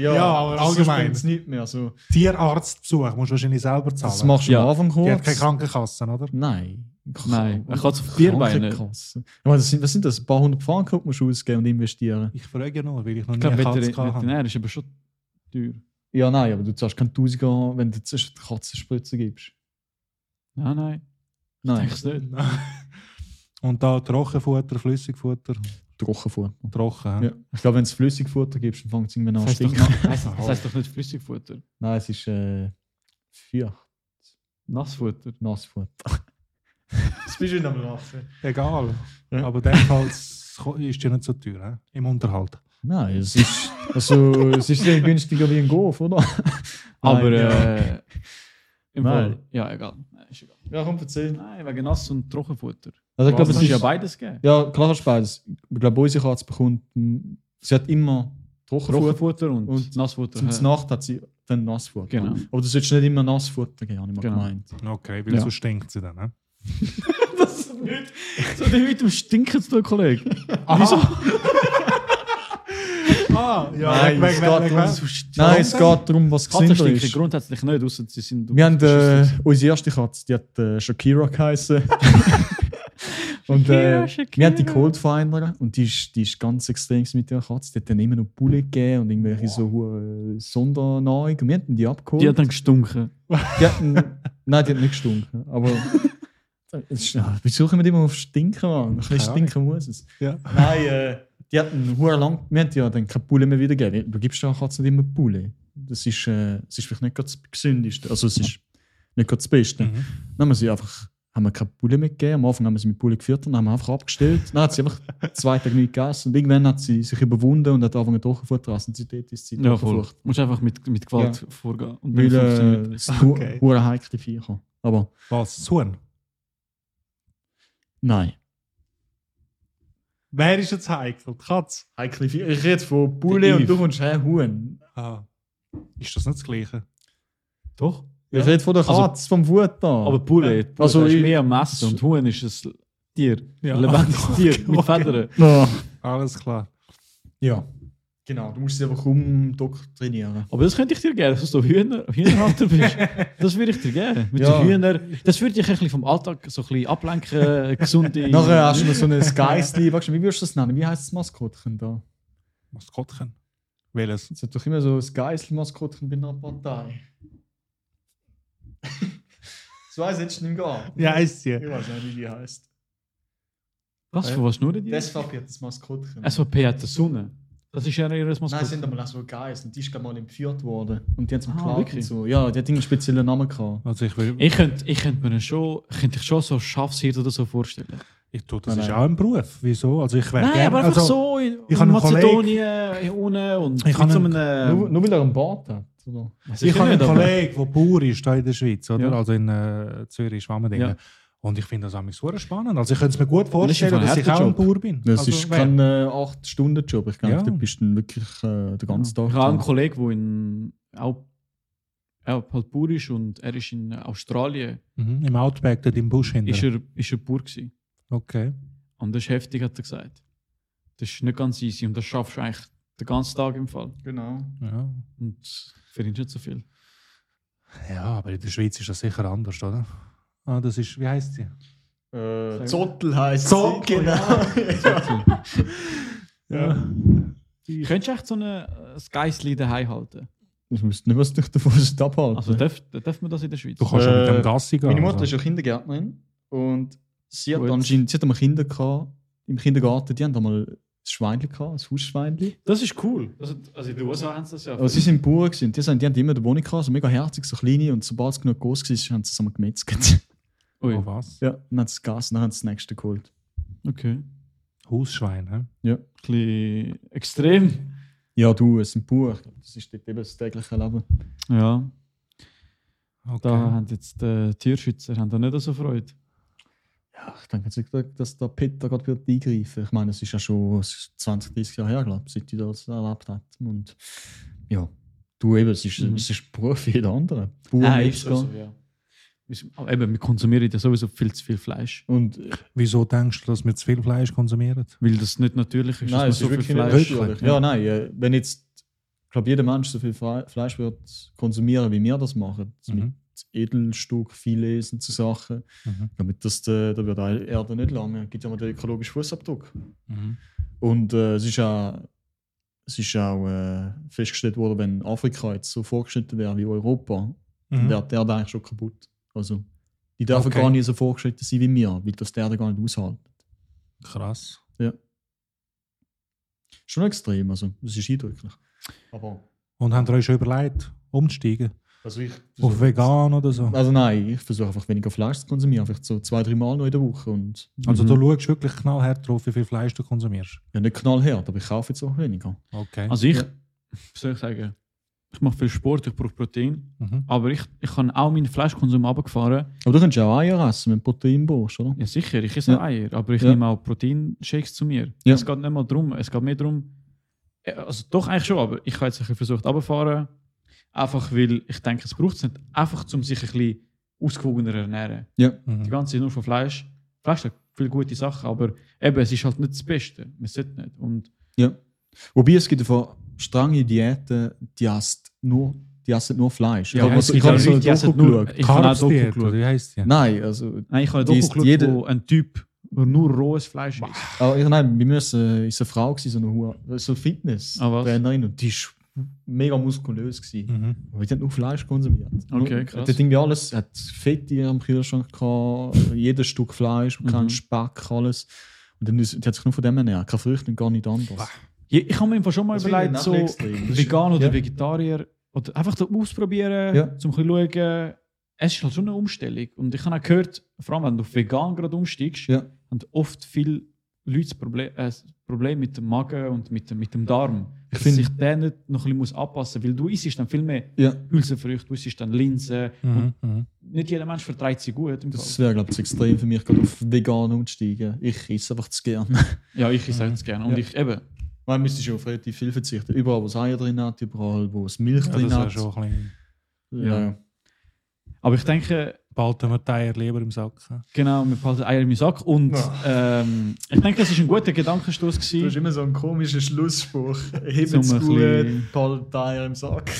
[SPEAKER 2] ja,
[SPEAKER 1] Ja, aber
[SPEAKER 2] sonst
[SPEAKER 1] allgemein.
[SPEAKER 2] bringt's nicht mehr. Also,
[SPEAKER 1] Tierarztbesuch musst du wahrscheinlich selber zahlen.
[SPEAKER 2] das machst du
[SPEAKER 3] Ja.
[SPEAKER 2] am Anfang kurz.
[SPEAKER 1] die hat keine Krankenkasse, oder?
[SPEAKER 2] Nein.
[SPEAKER 3] Nein, eine Katze auf vier Beine.
[SPEAKER 2] Krankenkasse. Ich meine, das sind, was sind das? Ein paar hundert Franken musst du ausgeben und investieren.
[SPEAKER 1] Ich frage ja nur, weil ich noch nie
[SPEAKER 3] Ich glaube,
[SPEAKER 1] eine
[SPEAKER 3] Veter-
[SPEAKER 1] Katze hatte.
[SPEAKER 3] Veterinär ist aber schon teuer.
[SPEAKER 2] Ja, nein, aber du zahlst keinen Tausiger, wenn du zuerst eine Katzenspritze gibst.
[SPEAKER 3] Nein, nein,
[SPEAKER 2] Nein,
[SPEAKER 3] denkst du nicht.
[SPEAKER 1] Und da Trockenfutter, Flüssigfutter,
[SPEAKER 2] Trockenfutter.
[SPEAKER 1] trocken.
[SPEAKER 2] Ja. Ich glaube, wenn es Flüssigfutter gibst, dann fängt es irgendwann an
[SPEAKER 3] Das
[SPEAKER 2] zu
[SPEAKER 3] heißt, doch,
[SPEAKER 2] stinken.
[SPEAKER 3] das heißt doch nicht Flüssigfutter,
[SPEAKER 2] Nein, es ist äh, vier.
[SPEAKER 3] Nassfutter.
[SPEAKER 2] Nassfutter. das bist du nicht am Laufen.
[SPEAKER 1] Egal.
[SPEAKER 2] Ja.
[SPEAKER 1] Aber jedenfalls ist die nicht so teuer, hä? im Unterhalt.
[SPEAKER 2] Nein, es ist, also, es ist sehr günstiger wie ein Golf, oder?
[SPEAKER 3] Aber
[SPEAKER 2] Nein, ja.
[SPEAKER 3] äh, im
[SPEAKER 2] Nein.
[SPEAKER 3] Fall, ja, egal. Nein, ist egal.
[SPEAKER 2] ja, komm, erzähl.
[SPEAKER 3] Nein, wegen Nass- und genau Trockenfutter.
[SPEAKER 2] Also ich glaube,
[SPEAKER 3] glaube, es
[SPEAKER 2] es
[SPEAKER 3] kann ja
[SPEAKER 2] ist,
[SPEAKER 3] beides geben.
[SPEAKER 2] ja, klar hast du beides. Ich glaube, unsere Katze bekommt, mm, sie hat immer Trockenfutter
[SPEAKER 3] Trockenfutter und,
[SPEAKER 2] und
[SPEAKER 3] Nassfutter.
[SPEAKER 2] und zur Nacht hat sie dann Nassfutter.
[SPEAKER 3] Genau.
[SPEAKER 2] Aber du solltest nicht immer Nassfutter geben, habe ich mal
[SPEAKER 3] Genau.
[SPEAKER 2] gemeint.
[SPEAKER 1] Okay, weil
[SPEAKER 3] Ja.
[SPEAKER 1] so stinkt sie dann. Ne?
[SPEAKER 3] Das ist nicht so die mit dem Stinken zu tun, Kollege.
[SPEAKER 1] Ah, ja,
[SPEAKER 2] Nein,
[SPEAKER 1] weg,
[SPEAKER 2] es
[SPEAKER 1] weg, weg,
[SPEAKER 2] geht
[SPEAKER 1] weg,
[SPEAKER 2] um
[SPEAKER 1] weg.
[SPEAKER 2] so Nein, es geht darum, was
[SPEAKER 3] Katzen
[SPEAKER 2] gesünder
[SPEAKER 3] stinken
[SPEAKER 2] ist.
[SPEAKER 3] grundsätzlich nicht, außer sie sind.
[SPEAKER 2] Wir haben äh, unsere erste Katze, die hat äh, Shakira geheißen. und äh,
[SPEAKER 3] Shakira, Shakira.
[SPEAKER 2] wir hatten die Coldfinder und die ist, die ist ganz extrem gewesen mit der Katze. Die hat dann immer noch Bulle gegeben und irgendwelche so hohe äh, Sondernahrung. Und wir haben die abgeholt.
[SPEAKER 3] Die hat dann gestunken.
[SPEAKER 2] Die hat, nein, die hat nicht gestunken. Aber es ist- ja, wieso kommen wir immer auf Stinken an? Ein bisschen
[SPEAKER 1] Keine Ahnung.
[SPEAKER 2] stinken muss es.
[SPEAKER 1] Ja.
[SPEAKER 2] Nein, äh, die hatten hure lang. Wir hatten ja dann keine Pulle mehr wieder gegeben. Du gibst ja Katzen nicht immer Pulle. Das ist, äh, das ist vielleicht nicht gerade das Gesündeste. Also, es ist nicht gerade das Beste.
[SPEAKER 1] Mhm.
[SPEAKER 2] Dann haben wir sie einfach haben wir keine Pulle mehr gegeben. Am Anfang haben wir sie mit Pulle gefüttert und haben wir einfach abgestellt. Dann hat sie einfach zwei Tage nicht gegessen. Und irgendwann hat sie sich überwunden und hat angefangen, Trockenfutter zu essen. Und seitdem ist sie
[SPEAKER 3] Ja, voll. Du
[SPEAKER 2] Trockenfutter.
[SPEAKER 3] musst einfach mit, mit Gewalt vorgehen. Und
[SPEAKER 2] Weil
[SPEAKER 3] funktioniert
[SPEAKER 2] äh,
[SPEAKER 3] das.
[SPEAKER 2] es sind hu-
[SPEAKER 1] Okay.
[SPEAKER 2] hure heikle Viecher. Aber
[SPEAKER 1] Was? Das Huhn?
[SPEAKER 2] nein.
[SPEAKER 1] Wer ist jetzt heikel? Die Katze?
[SPEAKER 2] Heikle Viecher. Ich rede von
[SPEAKER 3] Der
[SPEAKER 2] Pulle und
[SPEAKER 3] Yves.
[SPEAKER 2] du kommst her, Huhn.
[SPEAKER 1] Ah. Ist das nicht das Gleiche?
[SPEAKER 3] Doch.
[SPEAKER 2] Ich rede von der
[SPEAKER 3] Also-
[SPEAKER 2] Katze, vom Wut an.
[SPEAKER 3] Aber Pulle, Pulle
[SPEAKER 2] Also
[SPEAKER 3] also ist
[SPEAKER 2] ich-
[SPEAKER 3] mehr am Messen und Huhn ist ein Tier.
[SPEAKER 1] Ja.
[SPEAKER 3] Ein lebendiges Tier mit
[SPEAKER 1] Okay.
[SPEAKER 3] Federn.
[SPEAKER 2] Ja.
[SPEAKER 1] Alles klar.
[SPEAKER 2] Ja. Genau, du musst sie einfach umdoktrinieren.
[SPEAKER 3] Aber das könnte ich dir geben, dass du Hühner, Hühnerhalter bist. Das würde ich dir geben. Mit
[SPEAKER 2] Ja.
[SPEAKER 3] den Hühnern. Das würde dich ein bisschen vom Alltag so ein bisschen ablenken, äh, gesunde.
[SPEAKER 2] Nachher hast du noch so ein Geistli. Weißt du, wie würdest du das nennen? Wie heißt das Maskottchen da?
[SPEAKER 1] Maskottchen? Welches?
[SPEAKER 2] Es hat doch immer so ein Geisselmaskottchen bei einer Partei. so eins hättest du nicht mehr
[SPEAKER 1] Ja, ist
[SPEAKER 2] Ich
[SPEAKER 1] sie.
[SPEAKER 2] weiß nicht, wie die heißt.
[SPEAKER 3] Was, von was schnurren die?
[SPEAKER 2] Die SVP hat das Maskottchen.
[SPEAKER 3] SVP hat eine Sonne. Das ist ja ihr Maskottchen.
[SPEAKER 2] Nein, sie sind aber auch so Geist. Und die ist gerade mal entführt worden. Und die haben zum
[SPEAKER 3] Ah,
[SPEAKER 2] Klagen
[SPEAKER 3] wirklich?
[SPEAKER 2] und so. Ja, die hat einen speziellen Namen gehabt.
[SPEAKER 1] Also ich, will, ich,
[SPEAKER 3] Ich könnte ich könnte mir schon, könnte ich schon so Schafshirt oder so vorstellen.
[SPEAKER 1] tu, das
[SPEAKER 2] Nein,
[SPEAKER 1] ist
[SPEAKER 2] nein.
[SPEAKER 1] auch ein Beruf. Wieso? Also ich wäre
[SPEAKER 3] Nein,
[SPEAKER 1] gern-
[SPEAKER 3] aber einfach
[SPEAKER 1] also,
[SPEAKER 3] so in,
[SPEAKER 1] ich
[SPEAKER 3] in
[SPEAKER 1] habe einen
[SPEAKER 3] Mazedonien hier unten und
[SPEAKER 1] Ich habe einen-
[SPEAKER 2] Nur,
[SPEAKER 3] einem. ähm,
[SPEAKER 2] nur weil er einen Bart hat. Oder?
[SPEAKER 3] Weiß
[SPEAKER 1] Ich habe einen
[SPEAKER 3] nicht, aber-
[SPEAKER 1] Kollegen, der Bauer ist hier in der Schweiz, oder?
[SPEAKER 3] Ja.
[SPEAKER 1] also in äh, Zürich, Schwammendingen.
[SPEAKER 3] Ja.
[SPEAKER 1] Und ich finde das auch super spannend. Also ich könnte es mir gut
[SPEAKER 3] ist
[SPEAKER 1] vorstellen,
[SPEAKER 3] einfach
[SPEAKER 1] dass
[SPEAKER 3] ein
[SPEAKER 1] ich auch ein
[SPEAKER 3] harter
[SPEAKER 1] Bauer bin.
[SPEAKER 2] Das
[SPEAKER 1] also,
[SPEAKER 2] ist
[SPEAKER 1] wer-
[SPEAKER 2] kein äh, 8-Stunden-Job. Ich glaube,
[SPEAKER 1] Ja.
[SPEAKER 2] du bist dann wirklich äh, den ganzen Tag.
[SPEAKER 3] Ich habe einen
[SPEAKER 2] dran.
[SPEAKER 3] Kollegen, der in auch, auch halt Bauer ist und er ist in Australien.
[SPEAKER 1] Mhm, Im Outback, dort im Busch hinten.
[SPEAKER 3] Ist er, ist er Bauer gewesen.
[SPEAKER 1] Okay.
[SPEAKER 3] Und das ist heftig, hat er gesagt. Das ist nicht ganz easy und das schaffst du eigentlich den ganzen Tag im Fall.
[SPEAKER 2] Genau.
[SPEAKER 1] Ja.
[SPEAKER 3] Und verdienst nicht so viel.
[SPEAKER 1] ja, aber in der Schweiz ist das sicher anders, oder? Ah, das ist, wie heißt sie?
[SPEAKER 2] Äh, Zottel heißt
[SPEAKER 1] Zottel,
[SPEAKER 2] Genau.
[SPEAKER 1] genau.
[SPEAKER 3] Oh
[SPEAKER 1] Ja.
[SPEAKER 3] Könntest du echt so eine- äh, ein Geissli daheim halten?
[SPEAKER 2] Ich wüsste nicht, was dich davon ist abhalten.
[SPEAKER 3] Also darf, darf man das in der Schweiz?
[SPEAKER 1] Du kannst ja mit
[SPEAKER 2] Äh,
[SPEAKER 1] dem Gassi gehen.
[SPEAKER 2] Meine Mutter ist
[SPEAKER 1] also.
[SPEAKER 2] ja Kindergärtnerin und sie hat
[SPEAKER 3] Gut.
[SPEAKER 2] anscheinend sie hat einmal Kinder gehabt, im Kindergarten. Die haben einmal ein Schweinchen gehabt, ein Hausschweinchen.
[SPEAKER 3] Das ist cool. Das hat, also in den USA haben sie das ja.
[SPEAKER 2] Aber Oh, sie sind Bauern gewesen. und Die, sind, die haben immer in der Wohnung gehabt, so mega herzig, so kleine. Und sobald es genug groß war, haben sie es einmal gemetzelt.
[SPEAKER 3] Ui.
[SPEAKER 1] Oh, was?
[SPEAKER 2] ja, dann haben sie das Gas und dann haben sie das nächste geholt.
[SPEAKER 3] Okay.
[SPEAKER 1] Hausschwein, hä?
[SPEAKER 2] Ja.
[SPEAKER 3] bisschen extrem.
[SPEAKER 2] Ja, du, es sind Bauern. Ich glaub, Das ist dort eben das tägliche Leben.
[SPEAKER 3] Ja,
[SPEAKER 1] Okay.
[SPEAKER 3] da haben jetzt die Tierschützer haben da nicht so Freude.
[SPEAKER 2] Ja, ich denke jetzt nicht, dass der Peter gerade wird eingreifen. Ich meine, es ist ja schon 20, 30 Jahre her, glaube ich, seit ich das erlebt habe. Und ja, du eben, es ist,
[SPEAKER 3] Mhm.
[SPEAKER 2] es ist ein Beruf wie jeder andere. Bauer, Metzger.
[SPEAKER 3] ja. Wir sind- Aber eben, wir konsumieren ja sowieso viel zu viel Fleisch.
[SPEAKER 2] Und äh,
[SPEAKER 1] Wieso denkst du, dass wir zu viel Fleisch konsumieren?
[SPEAKER 3] Weil das nicht natürlich ist,
[SPEAKER 2] nein,
[SPEAKER 3] man
[SPEAKER 2] es ist wirklich
[SPEAKER 1] Fleisch-
[SPEAKER 2] nicht
[SPEAKER 1] Wirklich?
[SPEAKER 2] natürlich. Ja, nein, äh, wenn jetzt, ich glaube, jeder Mensch so viel Fre- Fleisch wird konsumieren, wie wir das machen, mit
[SPEAKER 1] Mhm.
[SPEAKER 2] Edelstück, Filets und so Sachen,
[SPEAKER 1] Mhm.
[SPEAKER 2] damit das, äh, da wird auch die Erde nicht lange. Es gibt ja mal den ökologischen Fußabdruck.
[SPEAKER 1] Mhm.
[SPEAKER 2] Und äh, es ist auch, es ist auch äh, festgestellt worden, wenn Afrika jetzt so vorgeschnitten wäre wie Europa, dann wäre die Erde eigentlich schon kaputt. Also, die dürfen
[SPEAKER 1] Mhm. Okay.
[SPEAKER 2] gar nicht so vorgeschnitten sein wie wir, weil das die Erde gar nicht aushalten.
[SPEAKER 1] Krass.
[SPEAKER 2] Schon extrem, also, das ist eindrücklich. Aber,
[SPEAKER 1] Und haben ihr euch schon überlegt, umzusteigen?
[SPEAKER 2] also ich.
[SPEAKER 1] Auf vegan oder so?
[SPEAKER 2] Also, nein, ich versuche einfach weniger Fleisch zu konsumieren, vielleicht so zwei, drei Mal noch in der Woche. Und
[SPEAKER 1] Also
[SPEAKER 3] Mhm.
[SPEAKER 1] du schaust wirklich knallhart drauf, wie viel Fleisch du konsumierst.
[SPEAKER 2] ja, nicht knallhart, aber ich kaufe jetzt auch weniger.
[SPEAKER 1] Okay.
[SPEAKER 3] Also ich,
[SPEAKER 2] Ja.
[SPEAKER 3] wie soll ich sagen, ich mache viel Sport, ich brauche Protein.
[SPEAKER 1] Mhm.
[SPEAKER 3] Aber ich, ich habe auch meinen Fleischkonsum runtergefahren.
[SPEAKER 2] Aber du kannst ja auch Eier essen, wenn du Protein brauchst, oder?
[SPEAKER 3] Ja, sicher, ich esse
[SPEAKER 2] Ja.
[SPEAKER 3] Eier, aber ich
[SPEAKER 2] Ja.
[SPEAKER 3] nehme auch Proteinshakes zu mir.
[SPEAKER 2] Ja.
[SPEAKER 3] Es geht nicht mal darum, es geht mehr darum, Ja, also doch eigentlich schon, aber ich habe jetzt ein bisschen versucht runterzufahren, einfach weil ich denke, es braucht es nicht. Einfach, um sich ein bisschen ausgewogener ernähren. Die
[SPEAKER 1] Mhm.
[SPEAKER 3] ganze Zeit nur von Fleisch. Fleisch hat viele gute Sachen, aber eben, es ist halt nicht das Beste. Man sollte nicht. Und
[SPEAKER 2] Ja. Wobei es gibt von strenge Diäten, die essen nur, die essen nur Fleisch.
[SPEAKER 3] Ja,
[SPEAKER 2] ich habe
[SPEAKER 3] es
[SPEAKER 2] so- ich
[SPEAKER 3] gibt
[SPEAKER 2] habe
[SPEAKER 3] auch
[SPEAKER 2] so
[SPEAKER 3] Leute, die essen
[SPEAKER 2] Doku
[SPEAKER 3] nur-
[SPEAKER 2] geschaut.
[SPEAKER 3] Ich habe auch Doku
[SPEAKER 1] Carb-Diät,
[SPEAKER 3] geschaut.
[SPEAKER 1] oder wie heisst die?
[SPEAKER 2] Nein, also
[SPEAKER 3] Nein, ich habe
[SPEAKER 2] Die
[SPEAKER 3] eine
[SPEAKER 2] ist
[SPEAKER 3] Doku geschaut,
[SPEAKER 2] jeder-
[SPEAKER 3] wo ein Typ nur rohes Fleisch isst.
[SPEAKER 2] Aber ich, nein, wir müssen, äh, ist eine Frau gewesen, so eine Hure, so Fitness
[SPEAKER 3] Ah, was? Hm.
[SPEAKER 2] Trainerin und die ist mega muskulös gewesen.
[SPEAKER 1] Mhm.
[SPEAKER 2] Aber die hat nur Fleisch konsumiert.
[SPEAKER 3] Okay,
[SPEAKER 2] Nur-
[SPEAKER 3] krass.
[SPEAKER 2] Die hat irgendwie alles, hat Fett in ihrem Kühlschrank gehabt, jedes Stück Fleisch,
[SPEAKER 3] Mhm.
[SPEAKER 2] kein Speck, alles. Und dann ist, die hat sich nur von dem ernährt, keine Früchte und gar nicht anders.
[SPEAKER 3] Je- Ich habe mir einfach schon mal
[SPEAKER 2] Das
[SPEAKER 3] überlegt, so
[SPEAKER 2] finde ich nachher extrem.
[SPEAKER 3] vegan oder
[SPEAKER 2] Ja.
[SPEAKER 3] Vegetarier oder einfach da ausprobieren,
[SPEAKER 2] Ja.
[SPEAKER 3] zum ein bisschen schauen. Es ist halt schon eine Umstellung. Und ich habe auch gehört, vor allem wenn du auf vegan gerade umsteigst,
[SPEAKER 2] Ja.
[SPEAKER 3] haben oft viele Leute das Problem, äh, das Problem mit dem Magen und mit dem, mit dem Darm.
[SPEAKER 2] Ich
[SPEAKER 3] dass
[SPEAKER 2] finde-
[SPEAKER 3] sich der nicht noch ein bisschen muss anpassen muss, weil du isst dann viel mehr
[SPEAKER 2] Ja,
[SPEAKER 3] Hülsenfrüchte, du isst dann Linsen.
[SPEAKER 1] Mhm. Mhm.
[SPEAKER 3] Und nicht jeder Mensch verträgt sie gut. Im
[SPEAKER 2] das
[SPEAKER 3] Fall.
[SPEAKER 2] wäre, glaube ich, extrem für mich, gerade auf vegan umzusteigen. Ich esse einfach zu gern.
[SPEAKER 3] Ja, ich esse es gerne. Und
[SPEAKER 2] Ja.
[SPEAKER 3] ich eben,
[SPEAKER 2] Man müsste schon auf relativ viel verzichten. Überall, wo es Eier drin hat, überall, wo es Milch
[SPEAKER 1] Ja, das
[SPEAKER 2] drin
[SPEAKER 1] wäre
[SPEAKER 2] hat.
[SPEAKER 1] schon ein bisschen...
[SPEAKER 2] Ja, ja.
[SPEAKER 3] Aber ich denke,
[SPEAKER 1] Behalten wir die Eier lieber im Sack. ja.
[SPEAKER 3] genau, wir behalten Eier im Sack. Und ähm, ich denke, das ist ein guter Gedankenstoß.
[SPEAKER 2] Du
[SPEAKER 3] Gewesen.
[SPEAKER 2] hast immer so einen komischen Schlussspruch. Hebt's
[SPEAKER 3] So ein
[SPEAKER 2] gut,
[SPEAKER 3] bisschen-
[SPEAKER 2] bald Eier im Sack.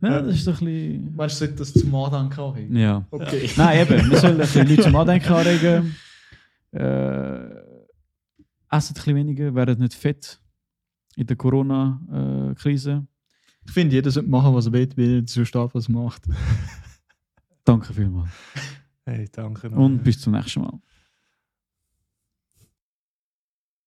[SPEAKER 3] Ja, das ist doch ein bisschen.
[SPEAKER 2] Meinst du, sollte das zum Andenken anregen?
[SPEAKER 3] Ja.
[SPEAKER 2] Okay.
[SPEAKER 3] Nein, eben, wir sollen ein bisschen Leute zum Andenken anregen. Äh, essen ein bisschen weniger, werden nicht fett in der äh, Corona-Krise.
[SPEAKER 2] Ich finde, jeder sollte machen, was er will, will so stark, was er macht.
[SPEAKER 3] Danke vielmals.
[SPEAKER 1] Hey, danke. noch. Mhm.
[SPEAKER 3] Und bis zum nächsten Mal.